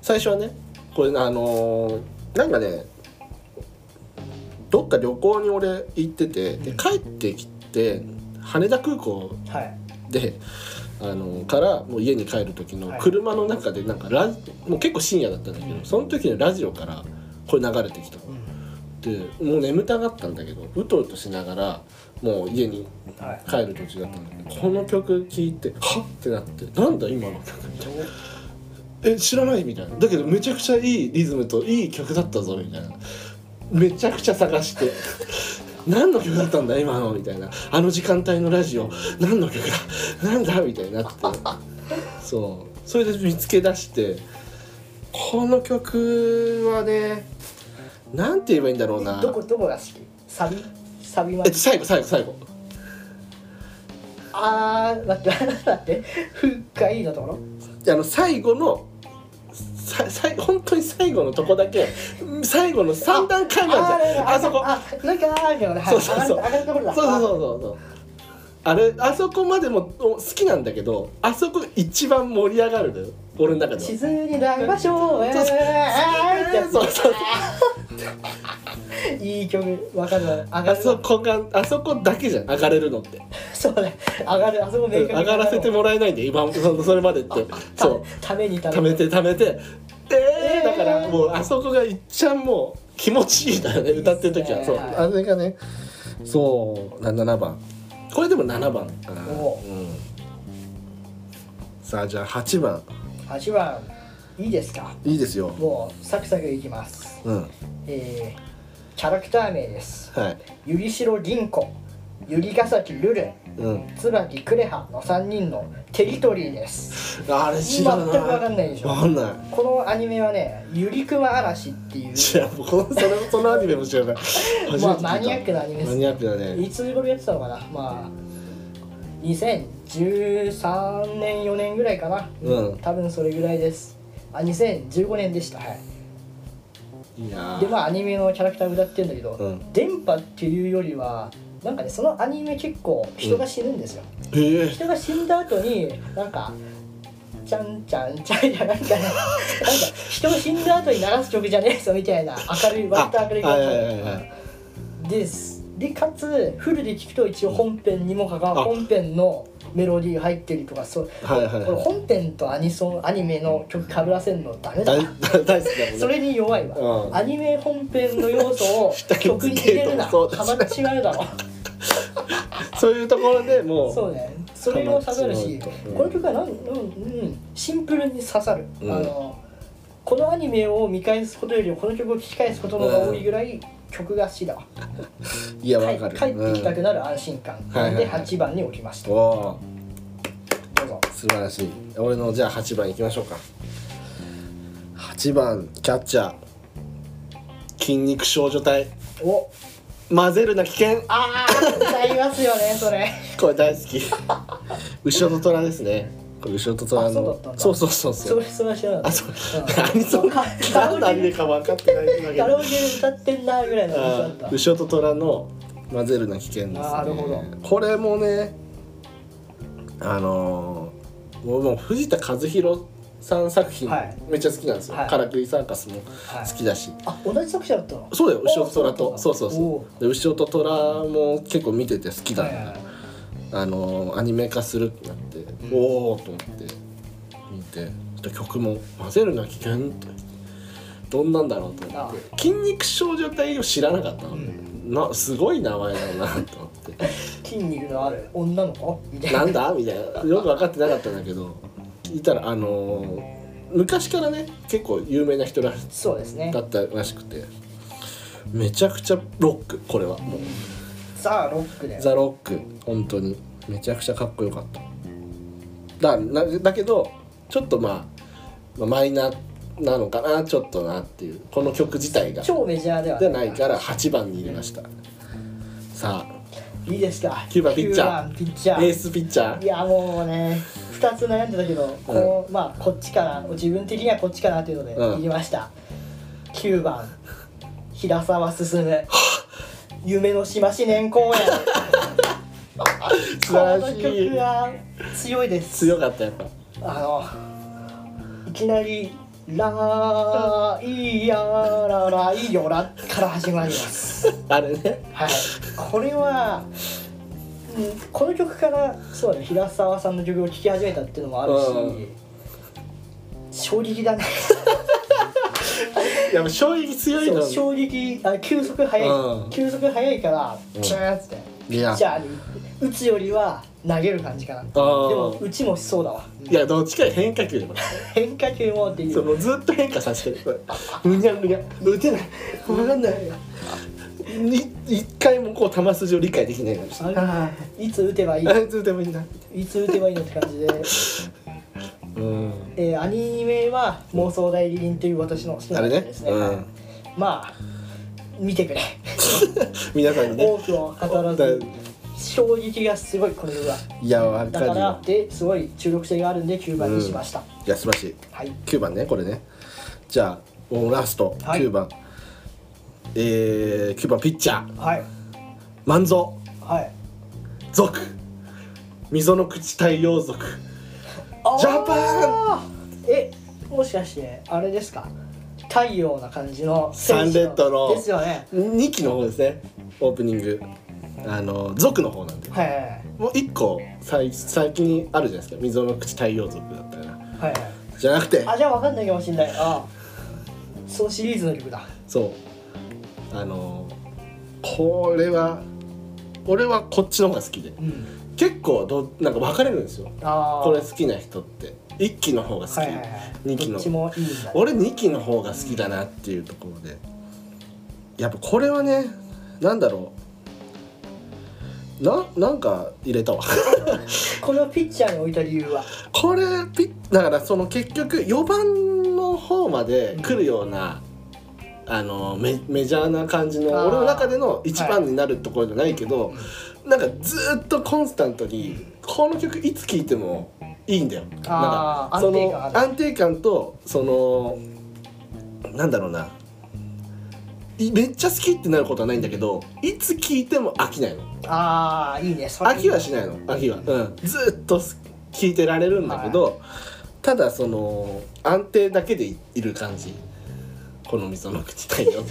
B: 最初はねこれあのーなんかねどっか旅行に俺行っててで帰ってきて羽田空港
A: はい
B: であのからもう家に帰る時の車の中でなんかラジもう結構深夜だったんだけ
A: う
B: ど
A: ん
B: その時のラジオからこれ流れてきたのでもう眠たかったんだけどうとうとしながらもう家に
A: はい
B: 帰る途中だったんだけどこの曲聴いてはっってなってなんだ今の曲みたいなえ知らないみたいなだけどめちゃくちゃいいリズムといい曲だったぞみたいなめちゃくちゃ探して 何の曲だったんだ今のみたいなあの時間帯のラジオ何の曲だなんだみたいになってそうそれで見つけ出してこの曲はねなんて言えばいいんだろうな
A: どこどこが好きサビサビま
B: え
A: で
B: っと最後最後最後
A: あー待って待って深いのところ
B: あの最後のさ最本当に最後のとこだけ最後の3段階までああそこ
A: あなんかあるよねはい
B: そうそうそう
A: 上がる上がるところだ
B: そうそうそうそうそうあれあそこまでもお好きなんだけどあそこ一番盛り上がるのよ俺の中では
A: 沈み台場所へ
B: そうそうそうそう
A: いい曲わかるわ上が
B: あ
A: る
B: そこがあそこだけじゃん上がれるのって
A: そうね上がるあそこ
B: う
A: 明
B: ん
A: 確
B: 上がらせてもらえないんで今そそれまでって
A: た
B: そう
A: ためにた
B: 貯めて貯めてえ
A: えー
B: ー、だからもうあそこがいっちゃんもう気持ちいいだよね歌ってる時はそう
A: はい
B: あれがねそうな7番これでも7番かな
A: おう
B: うんさあじゃあ8番
A: 8番いいですか
B: いいですよ
A: もうサクサクいきます
B: うんはい
A: えー、キャラクター名ですゆりしろ銀子ゆりがさきルル
B: うん
A: 椿クレハの3人のテリトリーです
B: あれ知
A: 全く
B: らない
A: 分かんないでし
B: わ
A: ょ
B: かんない
A: このアニメはね「ゆりくま嵐」っていう
B: 知らんもうこのそれそのアニメも知らない初
A: まあ
B: めて聞いた
A: マニアックなアニメです
B: マニアックだね
A: いつ頃やってたのかなまあ2013年4年ぐらいかな
B: うん
A: 多分それぐらいですあ2015年でしたはい
B: いや
A: で
B: ー
A: まあアニメのキャラクター歌ってるんだけど、
B: うん
A: 電波っていうよりはなんかねそのアニメ結構人が死ぬんですよ、
B: へえ
A: 人が死んだ後になんかちゃんちゃんちゃんやなんかねなんか人が死んだ後に流す曲じゃねえぞみたいな明るい割と明るい
B: あは
A: 感じ
B: いはいはいはい
A: ですでかつフルで聴くと一応本編にもかかわらず
B: あ
A: 本編のメロディー入ってるとかそう
B: はいはい
A: これ
B: はい
A: 本編とアニソンアニメの曲かぶらせるのダメだ
B: 大
A: な
B: 大大好きだもんね
A: それに弱いわ、
B: うん
A: アニメ本編の要素を
B: 人
A: 曲に入れるな
B: そう
A: ハマっちまうだろ
B: そういうところでもう
A: そうねそれも刺さるし、
B: ハマっちまうと
A: この曲はなん、うんうん、シンプルに刺さる、
B: うん
A: あのこのアニメを見返すことよりもこの曲を聴き返すことの方が多いぐらい曲が好きだわ、
B: いやわかる
A: 帰ってきたくなる安心感、
B: はいはいはい
A: で8番に置きました
B: うん、おー
A: どうぞ
B: 素晴らしい俺のじゃあ8番いきましょうか8番キャッチャー筋肉少女隊
A: お
B: 混ぜるな危険
A: あー歌いますよねそれ
B: これ大 好き後ろと虎ですねこれ後ろと虎
A: あそうだったん
B: の
A: だ
B: そうそうそう
A: そ
B: そう
A: れそれは知らなか
B: あ
A: っ
B: そ
A: う
B: う
A: ん
B: 何それ
A: カラオケ
B: 何のアニメか分かってないんだ
A: た
B: け
A: カラオ
B: ど
A: ケで歌ってんなぐらいの感じだ
B: あ
A: った
B: 後ろと虎の混ぜるな危険ですね
A: なるほど
B: これもねあのー、もうもう藤田和弘さん作品、
A: はい
B: めっちゃ好きなんですよ、
A: はい
B: カラクリサーカスも
A: はい
B: 好きだし、
A: あ同じ作者だったの
B: そうだよ牛尾と
A: あ
B: 虎
A: そうだ
B: とそうそう
A: お
B: そうで牛尾と虎も結構見てて好きだな、
A: はいはいはい
B: あのーアニメ化するってなって、
A: ん
B: おおと思って見てで曲も「混ぜるな危険」ってどんなんだろうと思
A: あ
B: って「筋肉少女隊」を知らなかったの、なすごい名前だなと思って。
A: 筋肉のある女の子みたいな
B: なんだみたいなよく分かってなかったんだけど聞いたらあのー昔からね結構有名な人ら
A: そうですね
B: だったらしくてめちゃくちゃロックこれはもう
A: ザ・ロックだよ
B: ザ・ロック本当にめちゃくちゃかっこよかっただなだけどちょっとまあまあマイナーなのかなちょっとなっていうこの曲自体がじ
A: 超メジャーでは
B: ゃないから8番に入れましたさ
A: いいですか
B: キューバピッチャー
A: キューバピッチャ
B: あ
A: ー
B: エースピッチャ
A: い
B: ー
A: やもうね2つ悩んでたけど、こうまあこっちかな自分的にはこっちかなというので
B: うん
A: 言いました、9番平沢進夢の島四年公演
B: 素
A: この
B: 晴らし
A: 曲
B: い
A: は強いです
B: 強かったやっぱ
A: あのいきなり「ライヤラライヨラ」から始まります
B: あれね
A: はい、これは、うん、この曲からそうだね平沢さんの曲を聴き始めたっていうのもあるし、
B: うん
A: 衝撃だね
B: いやっぱ衝撃強い
A: そ
B: の
A: う衝撃あ急速速い、
B: うん
A: 急速速いから
B: うん
A: チューンって
B: いや
A: じゃあ打つよりは投げる感じかなでも打ちもしそうだわ
B: いやどっちかに変化球でも
A: 変化球もでき
B: そ
A: る
B: のずっと変化させてるこれむにゃむにゃ打てない分かんないに一回もこう球筋を理解できないから
A: あいつ打てばいい
B: あいつ打てばいいない
A: つ打てばいいのって感じで
B: うん
A: えーアニメは妄想代理人という私の好きな
B: あれ
A: アニメ
B: ね
A: ですね、
B: うん
A: まあ見てくれ
B: 皆さんにね
A: 多くを語らず衝撃がすごいこの曲はい
B: やわか
A: だから
B: るよ
A: ですごい中毒性があるんで9番にしました、
B: いや素晴らしい
A: はい
B: 9番ねこれねじゃあもうラスト
A: はい
B: 9番、えー、9番ピッチャー
A: はい
B: 万蔵
A: はい
B: 族溝の口太陽族ジャパ
A: ンえもしかしてあれですか太陽な感じの
B: サンレッドの
A: ですよね
B: 2期の方ですねオープニングあの族の方なんで
A: はいはい
B: もう1個最最近にあるじゃないですか溝の口太陽族だったかな
A: はいはい
B: じゃなくて
A: あじゃあ分かんないかもしれないあそうシリーズの曲だ
B: そうあのこれは俺はこっちの方が好きで
A: うん
B: 結構どなんか分かれるんですよ
A: ああ
B: これ好きな人って1期の方が好き、
A: はいはいはい
B: 二期の
A: どっちもいいんだ
B: 俺2期の方が好きだなっていうところでやっぱこれはねなんだろうななんか入れたわ
A: このピッチャーに置いた理由は
B: これピッだからその結局4番の方まで来るような、あのメメジャーな感じの
A: あー
B: 俺の中での1番になるところじゃないけど、なんかずーっとコンスタントにこの曲いつ聴いてもいいんだよ。なん
A: あ
B: か
A: ー
B: そ
A: 安
B: の
A: 定感ある
B: 安定感とそのなんだろうないめっちゃ好きってなることはないんだけどいつ聴いても飽きないの
A: ああいいねそれ
B: 飽きはしないの飽きは、うん、ずーっと聴いてられるんだけど、ただその安定だけでいいる感じこの溝の口太 陽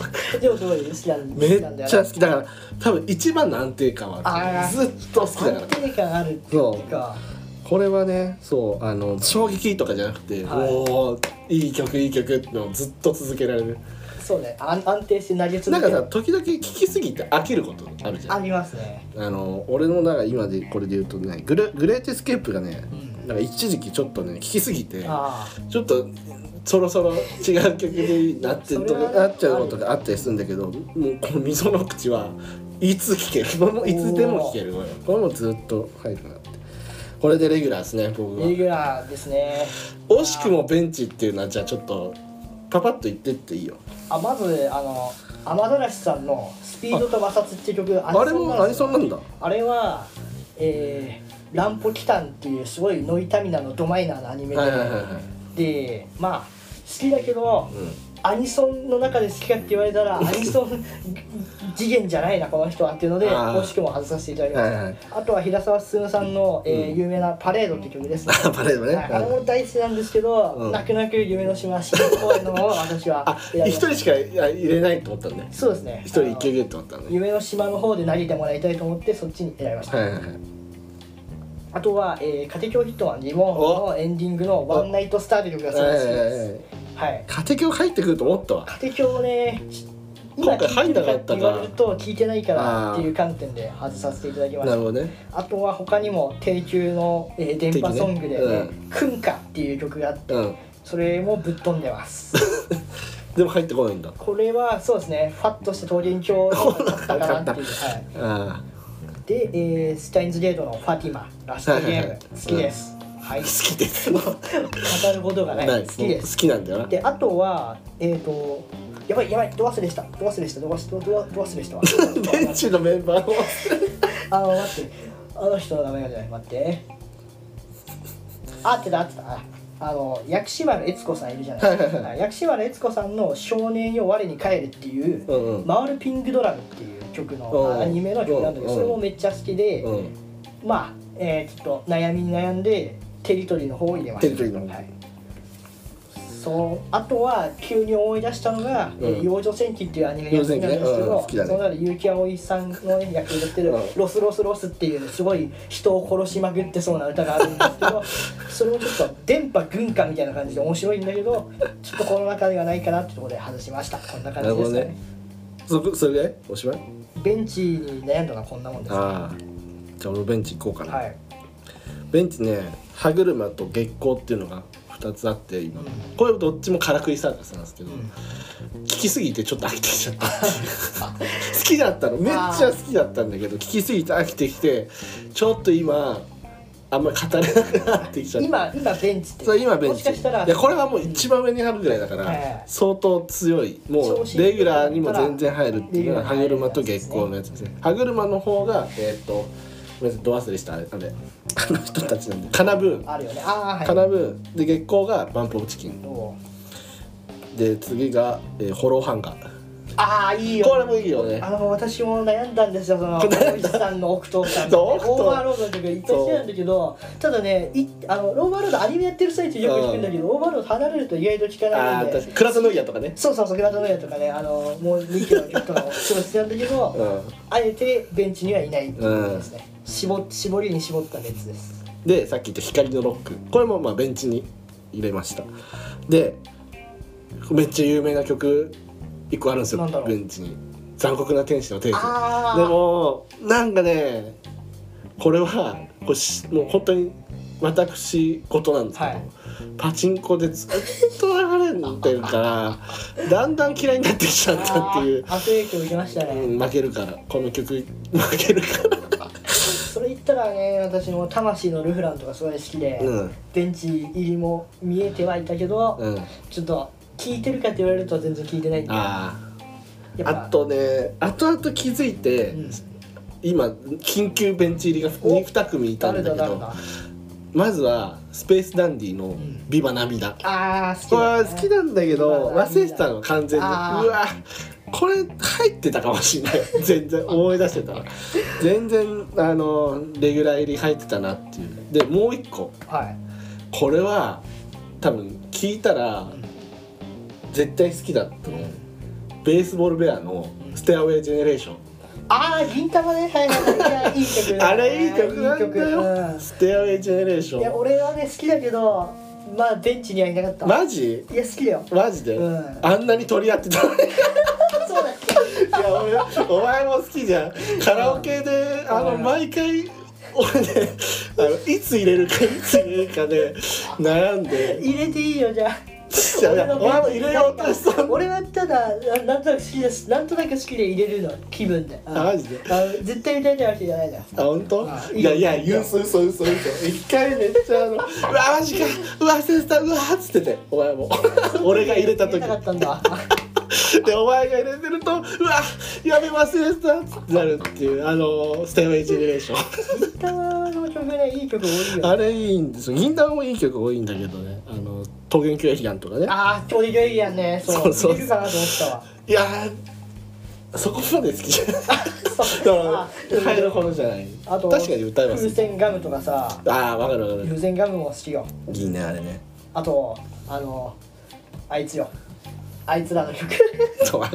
A: でもすごい好きなん
B: め
A: 好きなんだよ
B: っちゃ
A: な
B: 好きだから多分一番の安定感はあ
A: あ
B: る
A: ー
B: ずっと好きだから
A: 安定感あるっていうか
B: これはねそうあの衝撃とかじゃなくて、
A: はい
B: おーいい曲いい曲ってのをずっと続けられる
A: そうね安安定して投げ
B: なん
A: 続
B: か
A: け
B: さ
A: る
B: 時々聴きすぎて飽きることあるじゃ
A: あ
B: ん
A: りますね
B: あの俺のだから今でこれで言うとねグレグレートエスケープがね、
A: うん
B: なんか一時期ちょっとね聴きすぎて
A: あ
B: ちょっとそろそろ違う曲になって
A: そ
B: と
A: れは
B: なっちゃうことがあったりするんだけどもうこの溝の口はいつ聴けるもういつでも聴けるこれこれもずっと入るなってこれでレギュラーですね僕
A: あ
B: は
A: レギュラーですね
B: 惜しくもベンチっていうのはじゃあちょっとパパッと言ってっていいよ
A: あまずあの天嵐さんの「スピードと摩擦」って曲
B: あれもアニソンなんだ
A: あれは、えー、ランポキタンっていうすごいノイタミナのドマイナーなアニメで、
B: はいはいはいはい
A: でまあ好きだけど、アニソンの中で好きかって言われた らアニソン次元じゃないなこの人はっていうので
B: あー
A: 惜しくも外させていただきました、
B: はいはい
A: あとは平沢進さんの、えー有名な「パレード」って曲ですね
B: パレードね
A: はいあれも大好きなんですけど、
B: うん
A: 泣く泣く夢の島新公園の方を私は
B: あ
A: 選びま
B: 一
A: した
B: 人しかいや入れないと思ったんね
A: そうですね
B: 一人いけると思ったんね
A: 夢の島の方で投げてもらいたいと思ってそっちに選びました、
B: はいはいはい
A: あとは、えー、家庭教ヒットはリモンのエンディングの「ワンナイトスター」という曲が素晴らしいです、はい
B: 家庭教入ってくると思ったわ
A: 家庭教をね
B: 今回入んなかっ
A: 今聞いてるって
B: たか
A: 言われると聞いてないからっていう観点で外させていただきまし
B: な
A: た
B: るほどね
A: あとは他にも定休の、えー電波ソングで、ね
B: 定休ねう
A: くんか」っていう曲があって
B: うん
A: それもぶっ飛んでます
B: でも入ってこないんだ
A: これはそうですねファッとして桃源郷になったかなっていう、はい、
B: あ
A: で、えースタインズゲートのファティマラストゲ
B: はいはい
A: ー
B: はい
A: ム好きです、はい
B: あ好き です
A: もう語ることがない
B: ない
A: 好きで
B: 好
A: す
B: きなんだよな
A: であとはえっ、ー、とやばいやばいど忘れしたど忘れしたど忘れど忘れした わ
B: ベンチのメンバーを
A: あの待ってあの人の名前がじゃない待ってあ合ってた合ってたああの薬師丸悦子さんいるじゃないですか薬師丸悦子さんの「少年よ我に帰る」っていう
B: うんう
A: 「
B: ん
A: 回るピンクドラム」っていう曲
B: う
A: の
B: ん
A: あアニメの曲なんだけど
B: うん
A: それもめっちゃ好きで、
B: うん
A: まあ、えーちょっと悩みに悩んでテリトリーの方を入れました
B: テリトリーの
A: は
B: 方
A: い、そうあとは急に思い出したのが「えー
B: うん
A: 幼女戦記」っていうアニメが好きなんですけ
B: 幼女戦記ねうん
A: ど
B: 好、きだね
A: その中で結城葵さんの、ね、役をやってる
B: うん
A: 「ロスロスロス」っていうすごい人を殺しまくってそうな歌があるんですけ どそれもちょっと電波軍歌みたいな感じで面白いんだけどちょっとこの中ではないかなってところで外しましたこんな感じです
B: な
A: ね
B: るほどねそこそれでおしまい
A: ベンチに悩んだのはこんなもんですね
B: ああじゃあ俺もベンチ行こうかな、
A: はい
B: ベンチね歯車と月光っていうのが2つあって今、
A: うん
B: これどっちもからくりサーカスなんですけど、
A: ん
B: 聞きすぎてちょっと飽きてきちゃった 好きだったのめっちゃ好きだったんだけど聞きすぎて飽きてきてちょっと今あんまり語れなくなってきちゃった
A: 今今ベンチって
B: そう今ベンチ
A: もしかしたら
B: いやこれはもう一番上にあるぐらいだから、
A: はい
B: 相当強いもう
A: 調子いい
B: レギュラーにも全然入るっていうのが
A: レ
B: 歯
A: ギュラーに入る
B: 車と月光のやつですね歯車の方がえーっとごめんなさいド忘れしたあれ あれあの人たちなんでカナブーン
A: あるよねああはい
B: カナブーンで月光がバンプオブチキン
A: おう
B: で次が、えー、ホローハンガー
A: ああいいよ
B: これもいいよね
A: あの私も悩んだんですよそ の大石さんの奥藤さん
B: そう奥藤
A: オーバーロードの時は一回してたんだけどただねいあのオーバーロードアニメやってる最中よく聞くんだけど、オーバーロード離れると意外と聞か
B: あ
A: ない
B: あ
A: ん
B: 確か
A: で
B: にクラスノイヤーとかね
A: そうそうそう倉田のやとかねあのもう2期の曲とかもすごい好きなんだけど、
B: うん
A: あえてベンチにはいないってことですね、絞絞りに絞った列です
B: でさっき言った光のロックこれもまあベンチに入れましたでめっちゃ有名な曲一個あるんです
A: なんだろ
B: よ
A: う
B: ベンチに「残酷な天使のテーゼ」
A: あー
B: でもなんかねこれはこれしもう本当に私事なんですけど、
A: はい
B: パチンコでずっと流れてる からだんだん嫌いになってきちゃったっていう、
A: あー悪影響受けましたね、
B: うん負けるからこの曲負けるから
A: それ言ったらね私も魂のルフランとかすごい好きで、
B: うん
A: ベンチ入りも見えてはいたけど、
B: うん
A: ちょっと聞いてるかって言われると全然聞いてないんでや
B: あ
A: っ
B: ああ
A: ぱ
B: とね後々気づいて、
A: うん
B: 今緊急ベンチ入りが
A: お
B: 2, 組いたんだ
A: 誰
B: け
A: だ誰
B: ど
A: だ
B: まずはスペースダンディの
A: ん
B: 「ビバ涙」
A: あー好き
B: これ
A: だ、
B: は
A: ね、
B: 好きなんだけど
A: ビバ
B: 忘れてたの完全にう
A: あー
B: わこれ入ってたかもしれない 全然思い出してたわ全然あのレギュラー入り入ってたなっていうでもう一個
A: はい
B: これは多分聞いたら絶対好きだったの、ベースボールベアの「ステアウェイジェネレーション」
A: あー銀玉ねはいはいはいいやいい曲だ、
B: あれいい曲なんだよ。
A: いい曲
B: ステアウェイジェネレーシ
A: うんいや
B: ョン。
A: 俺はね好きだけどまあベンチにはいなかった
B: マジ？
A: いや好きだよ
B: マジで、
A: うん
B: あんなに取り合ってた のにい
A: そうだっけ
B: や俺お前も好きじゃん カラオケであの
A: うん
B: 毎回俺ねあのいつ入れる かいつ入れるかで悩んで
A: 入れていいよじゃあ
B: いやいやお前も入れようとしたの
A: 俺はただななんとなく好きですなんとなく好きで入れるの気分でうん
B: あマジで
A: あの絶対歌いたいわけじゃないんだよ
B: あ本当
A: あいい
B: い
A: よ
B: やいや嘘嘘嘘嘘一回めっちゃあの「うわマジかうわ忘れてたうわ」っつっててお 前も俺が入れた時
A: 入れなかったんだ
B: でお前が入れてると「うわやめ忘れてた」ってなるっていうあのステイウェイジェネレーショ
A: 銀玉の曲ねいい曲多いよ
B: ン あれいいんですよ銀玉もいい曲多いんだけどねあの桃源郷駅団とかね
A: ああ、ちょうどいいやんね。そう、
B: そうそう
A: 入れるかなと思ったわ。
B: いやーそこまで好き じゃないだ
A: あ
B: から入るほどじゃない
A: あと、
B: 確かに歌います
A: 風船ガムとかさ、
B: ああわかるわかる
A: 風船ガムも好きよ。
B: いいねあれね
A: あと、あの、あいつよ。あいつらの曲。
B: そうわか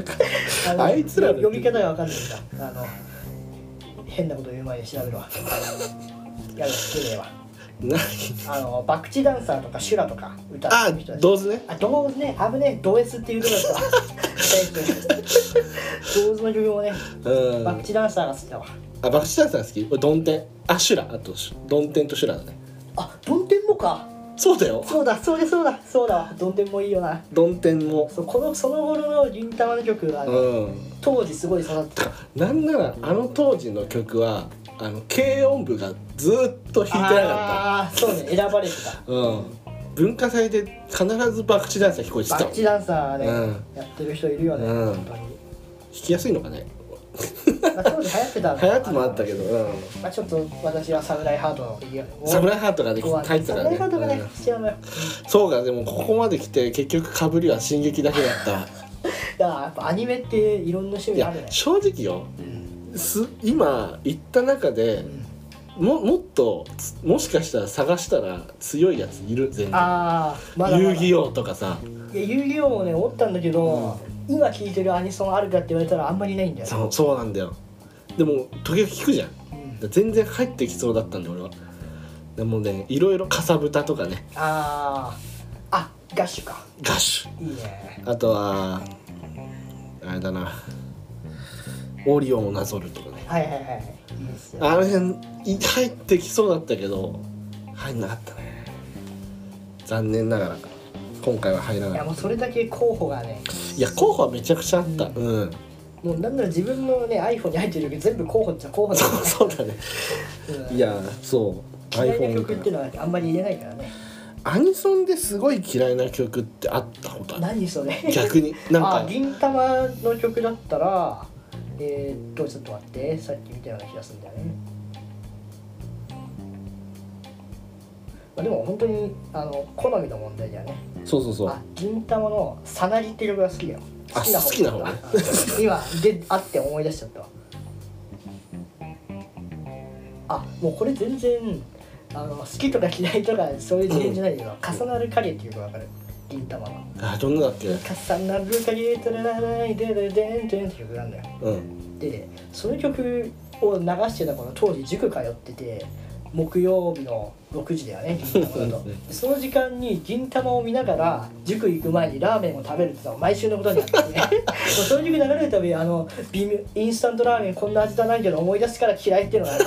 B: る
A: の
B: あいつらの
A: 読み方がわかんないんだ。あの、変なこと言う前に調べるわ。やる、好きねえわ。
B: 何
A: あの、バクチダンサーとかシュラとか歌
B: あ
A: ってる人たち。
B: 同時ね
A: あ、どうね、危ねえ、ド S っていうとこだったわ。 ドーズの曲もね、
B: うん
A: バクチダンサーが好きだわ。
B: あ爆笑ダンサー好き俺ドンテンあシュラあとドンテンとシュラだね
A: あ、ドンテンもか。
B: そうだよ
A: そうだ、そうだ、そうだ、そうだわ、どんでんもいいよな。
B: ドンテンも
A: そうこのその頃の銀玉の曲は、
B: うん
A: 当時すごい刺さ ってた。
B: なんならあの当時の曲はあの軽音部がずっと弾いてなかっ
A: ああー、そうね、選ばれてた。
B: た、うん、文化祭で必ずバクチダンサー聞こえてた
A: バ
B: も
A: ッ
B: ん
A: チ
B: 弾
A: ダンサーね、
B: うん
A: やってる人いるよね、
B: うん
A: 本当に。
B: きやすいのかね
A: まあ、当時流行ってたん
B: 流行ってもあったけ
A: ど。
B: ど、うん、
A: まあ、ちょっと私はサムライハートのいや
B: サムライハートがね
A: ここは
B: 入ってたからね
A: サムライハートがね、
B: うん
A: 必要なのよ。
B: そうかでもここまで来て結局かぶりは進撃だけだっ たわ
A: だからやっぱアニメっていろんな趣
B: い
A: 味あ
B: や
A: るね。
B: 正直よ
A: うん
B: す今言った中で
A: うん
B: ももっとつもしかしたら探したら強いやついる全然
A: ああ、まだまだ。
B: 遊戯王とかさ
A: いや遊戯王もね思ったんだけど、今聴いてるアニソンあるかって言われたらあんまりないんだよね
B: そうそうなんだよでも時々聞くじゃん
A: うん
B: 全然入ってきそうだったんで俺はでもねいろいろかさぶたとかね
A: あーあガッシュか
B: ガッシュ
A: いいね
B: あとはあれだなオリオンをなぞるとかね
A: はいはいはいいいですよ
B: あの辺い入ってきそうだったけど入んなかったね残念ながら今回は入ら
A: い
B: な
A: や
B: い
A: もうそれだけ候補がね
B: いや候補はめちゃくちゃあったうん、
A: もうなんなら自分のね iPhone に入ってるけど全部候補っちゃ候補だ
B: そうそうだね
A: うん
B: いやそう
A: 嫌いな曲っていうのはあんまり入れないからね
B: アニソンですごい嫌いな曲ってあったことある
A: 何それ
B: 逆になん
A: あ
B: か
A: 銀玉の曲だったらえー、っとちょっと待ってさっき見たような気がするんだよね、まあ、でも本当にあの好みの問題だよね
B: そうそうそう
A: あ銀玉の「さなり」って曲が好きだよ
B: あ好きな方ね
A: だ今であって思い出しちゃったわあもうこれ全然あの好きとか嫌いとかそういう次元じゃないよ、重なる影っていう曲わかる銀玉の
B: あどんなだっけ
A: 重なる影とならないでででんでんって曲なんだよ
B: うん
A: でその曲を流してた頃当時塾通ってて木曜日の6時だよね銀玉だとその時間に銀玉を見ながら塾行く前にラーメンを食べるってのは毎週のことになっててもうその曲流れるたびあの微妙インスタントラーメンこんな味だないけど思い出すから嫌いっていうのが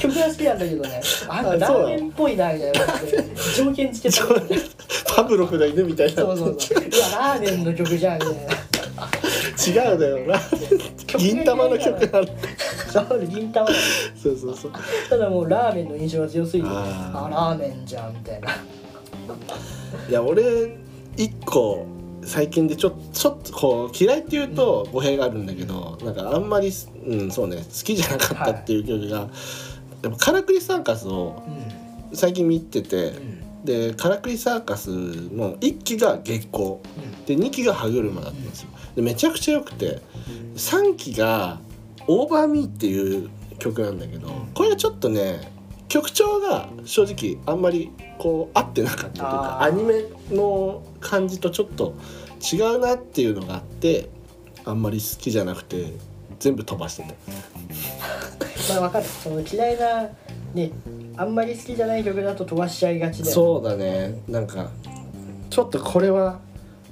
A: 曲が好きなんだけどねあなんかラーメンっぽいなみたいな感じで条件つけた
B: パブロフの犬みたいな
A: そうそうそういやラーメンの曲じゃんみたいな。
B: 違うだよな銀玉の曲なんだ
A: そう銀玉
B: そうそうそう
A: ただもうラーメンの印象が強すぎて
B: あー
A: あラーメンじゃんみたいない
B: や俺一個最近でちょちょっとこう嫌いっていうと語弊があるんだけど、なんかあんまり、うん、そうね好きじゃなかったっていう曲が、でもカラクリサーカスを
A: うん
B: 最近見てて、
A: うん
B: でカラクリサーカスの1期が月光で2期が歯車だったんですよでめちゃくちゃ良くて3期が「オーバーミーっていう曲なんだけどこれはちょっとね曲調が正直あんまりこう合ってなかったというか
A: あー
B: アニメの感じとちょっと違うなっていうのがあってあんまり好きじゃなくて全部飛ばしてた
A: まあわかるその嫌いなねあんまり好きじゃない曲だと飛ばしちゃいがちで
B: そうだねなんかちょっとこれは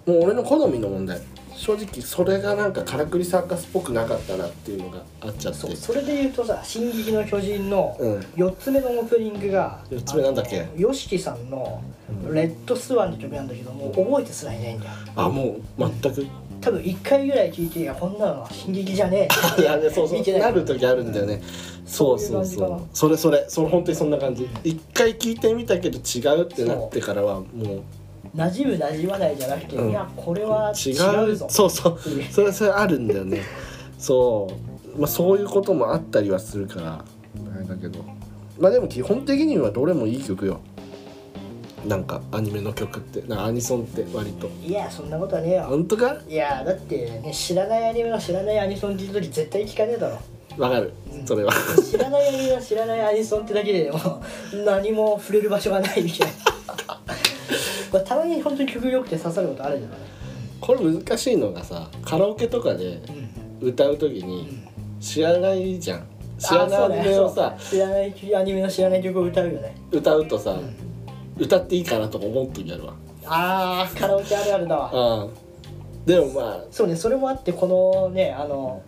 B: もう俺の好みの問題正直それがなんかからくりサーカスっぽくなかったなっていうのがあっちゃって
A: そうそれで言うとさ「進撃の巨人」の
B: うん
A: 4つ目のオープニングが
B: 四つ目なんだっけ
A: YOSHIKI さんの「レッドスワン」って曲なんだけどもう覚えてすらいないんだよ
B: あもう全 く
A: 多分1回ぐらい聴いて「いやこんなのは進撃じゃ ねえ」
B: いやねそうそ
A: 見てな
B: う
A: い
B: なる時あるんだよね、そうそう
A: そういう感じか
B: そ
A: な
B: うそれそれそれ本当にそんな感じ一回聞いてみたけど違うってなってからはもう
A: 馴染む馴染まないじゃなくて、
B: うん
A: いやこれは
B: 違
A: 違
B: う
A: うぞ
B: そうそう
A: っていう
B: それそれあるんだよねそう、まあ、そういうこともあったりはするからあれだけどまあでも基本的にはどれもいい曲よなんかアニメの曲ってなんかアニソンって割と
A: いやそんなことはねえよ
B: 本当か
A: いやだってね知らないアニメの知らないアニソン聞いた時絶対聞かねえだろ
B: わかるそれは
A: 知らないアニメの知らないアニソンってだけでもう何も触れる場所がないみたい なまあたまに本当に曲良くて刺さることあるじゃない、
B: これ難しいのがさカラオケとかで
A: うん
B: 歌う時に知らないじゃん知らないアニメをさ
A: あそうだねそう知らないアニメの知らない曲を歌うよね
B: 歌うとさ歌っていいかなとか思う時あるわ
A: あーカラオケあるあるだわ
B: うんでもまあ
A: そうね、それもあってこのねあの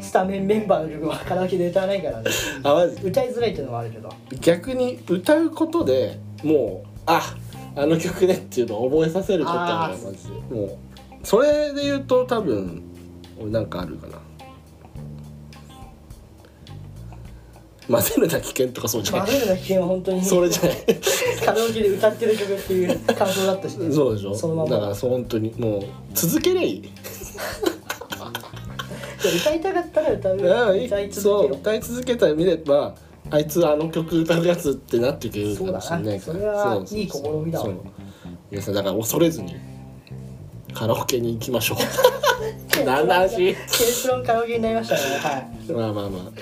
A: スタメンメンバーの曲はカラオケで歌わないからね
B: あマジ
A: 歌いづらいっていうのはあるけど
B: 逆に歌うことでもうああの曲ねっていうのを覚えさせることあるよ
A: あー
B: マジでもうそれで言うと多分俺なんかあるかな混ぜるな危険とかそうじゃ
A: マ
B: な
A: グ
B: い
A: ルの危険は本当に
B: それじゃない
A: カラオケで歌ってる曲っていう感想だったしね
B: そうでしょ
A: そのまま
B: だからそう本当にもう続けりゃいい
A: 歌いたかったら歌う
B: うんい
A: 歌い
B: そ
A: 続け
B: う
A: よ
B: 歌い続けたら見ればあいつあの曲歌うやつってなってくるかもしれないか
A: そう
B: ら
A: だな
B: ううう
A: それはいい試みだわ
B: そう皆さんだから恐れずにカラオケに行きま しょうなんだし
A: 結論カラオケになりましたねは
B: まあまあまあ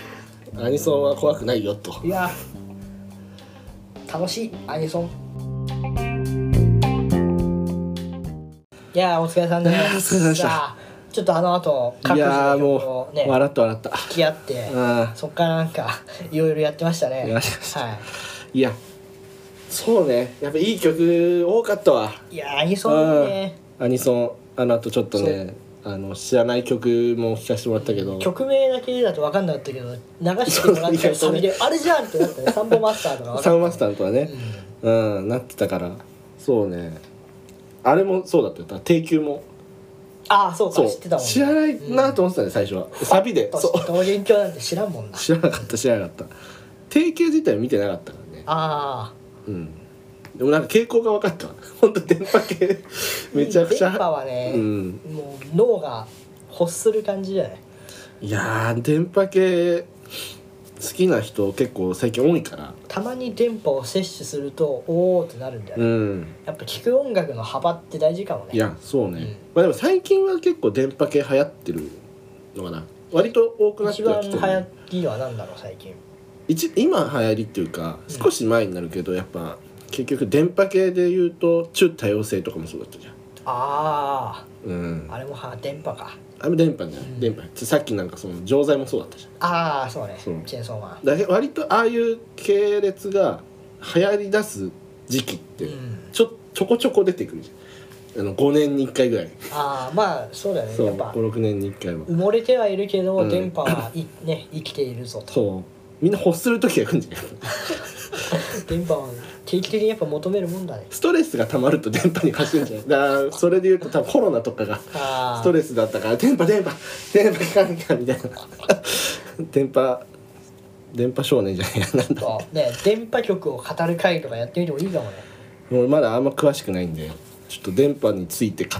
B: アニソンは怖くないよと
A: いいや楽しいアニソンいやーお疲れさんで
B: いやーお疲れ様でした
A: さあちょっとあの後各
B: い
A: 自の
B: やー
A: 曲
B: も
A: を
B: う、
A: ね
B: 笑った笑った
A: 付き合って
B: うん
A: そっからなんかいろいろやってましたね
B: やりました
A: はい
B: やそうねやっぱいい曲多かったわ
A: い、いやーアニソンね
B: うんアニソンあのあとちょっとねあの知らない曲も聞かせてもらったけど
A: 曲名だけだと分かんなかったけど流してもらったらサビで「あれじゃん!」ってなったね「サンボマスター」とか分
B: サ
A: か
B: ウ
A: っ
B: ンマスターとはね、うん、なってたから、そうね。あれもそうだったよ。だから定休も。
A: たああそう
B: そ
A: か
B: う。
A: 知ってたもんね
B: 知らないなと思ってたね、最初は。サビで。
A: そ
B: そう
A: 桃源郷なんて知らんもんな
B: う。知らなかった、知らなかった。定型自体見てなかったからね
A: あ
B: うんでもなんか傾向が分かったわ本当電波系
A: あ
B: めちゃくちゃ
A: 電波はね、
B: うん、
A: もう脳が欲する感じじゃない
B: いやー電波系好きな人結構最近多いから
A: たまに電波を摂取するとおおってなるんだよ
B: う
A: ね、
B: ん
A: やっぱ聞く音楽の幅って大事かもね
B: いやそ
A: う
B: うね、
A: ん
B: まあでも最近は結構電波系流行ってるのかな割と多くなっ
A: 一
B: ては
A: 番
B: き
A: 流
B: てる
A: 行りは何だろう最近
B: 一今流行りっていうか少し前になるけどやっぱ結局電波系で言うと中多様性とかもそうだったじゃん
A: あ
B: うん
A: ああれもは電波か
B: あれも電波じゃな
A: うん
B: い電波さっきなんかその錠剤もそうだったじゃん
A: ああそうね
B: そう
A: チェーンソーマン
B: だけ割とああいう系列が流行り出す時期って
A: うん
B: ちょちょこちょこ出てくるじゃんあの5年に1回ぐらい
A: ああまあそうだよ
B: そ
A: ねや
B: う
A: っぱ
B: 56年に1回は
A: 埋もれてはいるけど、
B: うん
A: 電波はいね生きているぞ と
B: そうみんな欲する時が来るんじゃない
A: 電波は定期的にやっぱ求めるもんだね
B: ストレスが溜まると電波に走るんじゃないだからそれで言うと多分コロナとかが
A: ああ
B: ストレスだったから電波電波電波聞かなきゃみたいな電波電波少年じゃないやなんだ
A: そうね電波局を語る会とかやってみてもいいかもね
B: 俺まだあんま詳しくないんでちょっと電波について語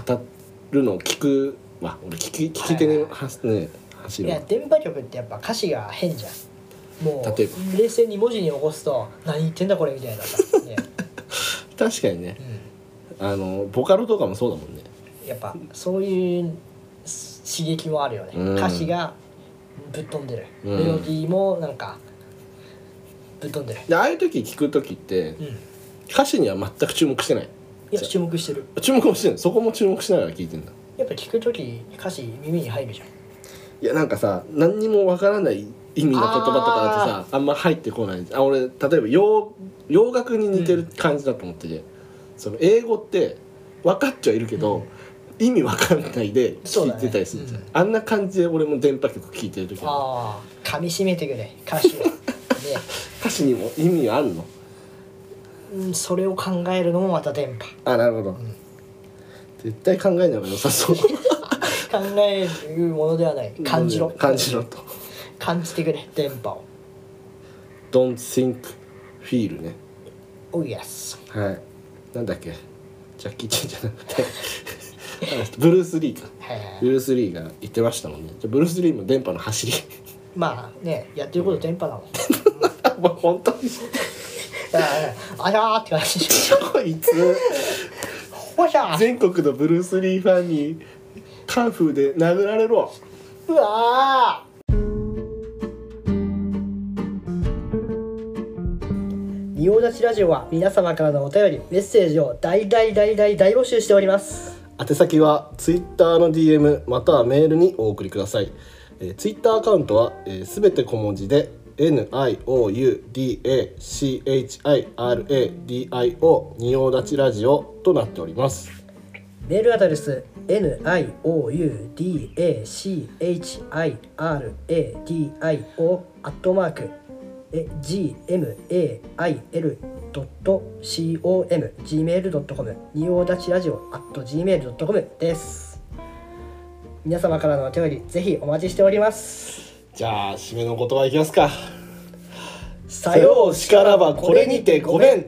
B: るのを聞くわ俺聞き聞き手
A: はい
B: に
A: はい
B: はすね走
A: い
B: る
A: や電波局ってやっぱ歌詞が変じゃんも
B: 例えば
A: う冷静に文字に起こすと「何言ってんだこれ」みたいなさ、 ね
B: 確かにね
A: う
B: あのボカロとかもそうだもんね
A: ん、やっぱそういう刺激もあるよね、
B: うん
A: 歌詞がぶっ飛んでる、
B: うん
A: メロディーもなんかぶっ飛んでる
B: でああいう時聞く時って
A: うんい
B: 歌詞には全く注目してない
A: や注目してる
B: 注目もしてないそこも注目しながら聞いてんだ
A: やっぱ聞く時歌詞耳に入るじゃん
B: いやなんかさ何にもわからない意味の言葉とかだとさあんま入ってこないあ俺例えば洋洋楽に似てる感じだと思ってて、その英語って分かっちゃいるけど、意味わかんないで
A: そう
B: 聞
A: だ
B: い
A: ね
B: てたりするじゃん、
A: うん
B: あんな感じで俺も電波曲聞いてる時は
A: ああ噛み締めてくれ歌詞 をね、
B: 歌詞にも意味はあるの
A: うん、それを考えるのもまた電波
B: あなるほど、
A: ん
B: 絶対考えない方が良さそう
A: 考えるものではない 感じろ
B: 感じろと
A: 感じてくれ電波を
B: 「Don't think feel ね」
A: おいやす
B: はいなんだっけジャッキー・チェンじゃなくてあの人ブルース・リーか
A: はいはいはい
B: ブルース・リーが言ってましたもんねじゃあブルース・リーも電波の走り
A: まあねやってること電波だもん
B: もう本当に
A: だからあらーって感じで しょ
B: こいつ
A: ほしゃー
B: 全国のブルース・リーファンにカンフーで殴られろ
A: うわー仁王立ちラジオは皆様からのお便りメッセージを大大大大大募集しております
B: 宛先は Twitter の DM またはメールにお送りください、えー、Twitter アカウントはすべ、全て小文字で NIOUDACHIRADIO 仁王立ちラジオとなっております
A: メールアドレス NIOUDACHIRADIO アットマーク gmail.com gmail.com におだちラジオ at gmail.com です皆様からのお便りぜひお待ちしております
B: じゃあ締めの言葉いきますか
A: さ
B: さようしからばこれにてごめん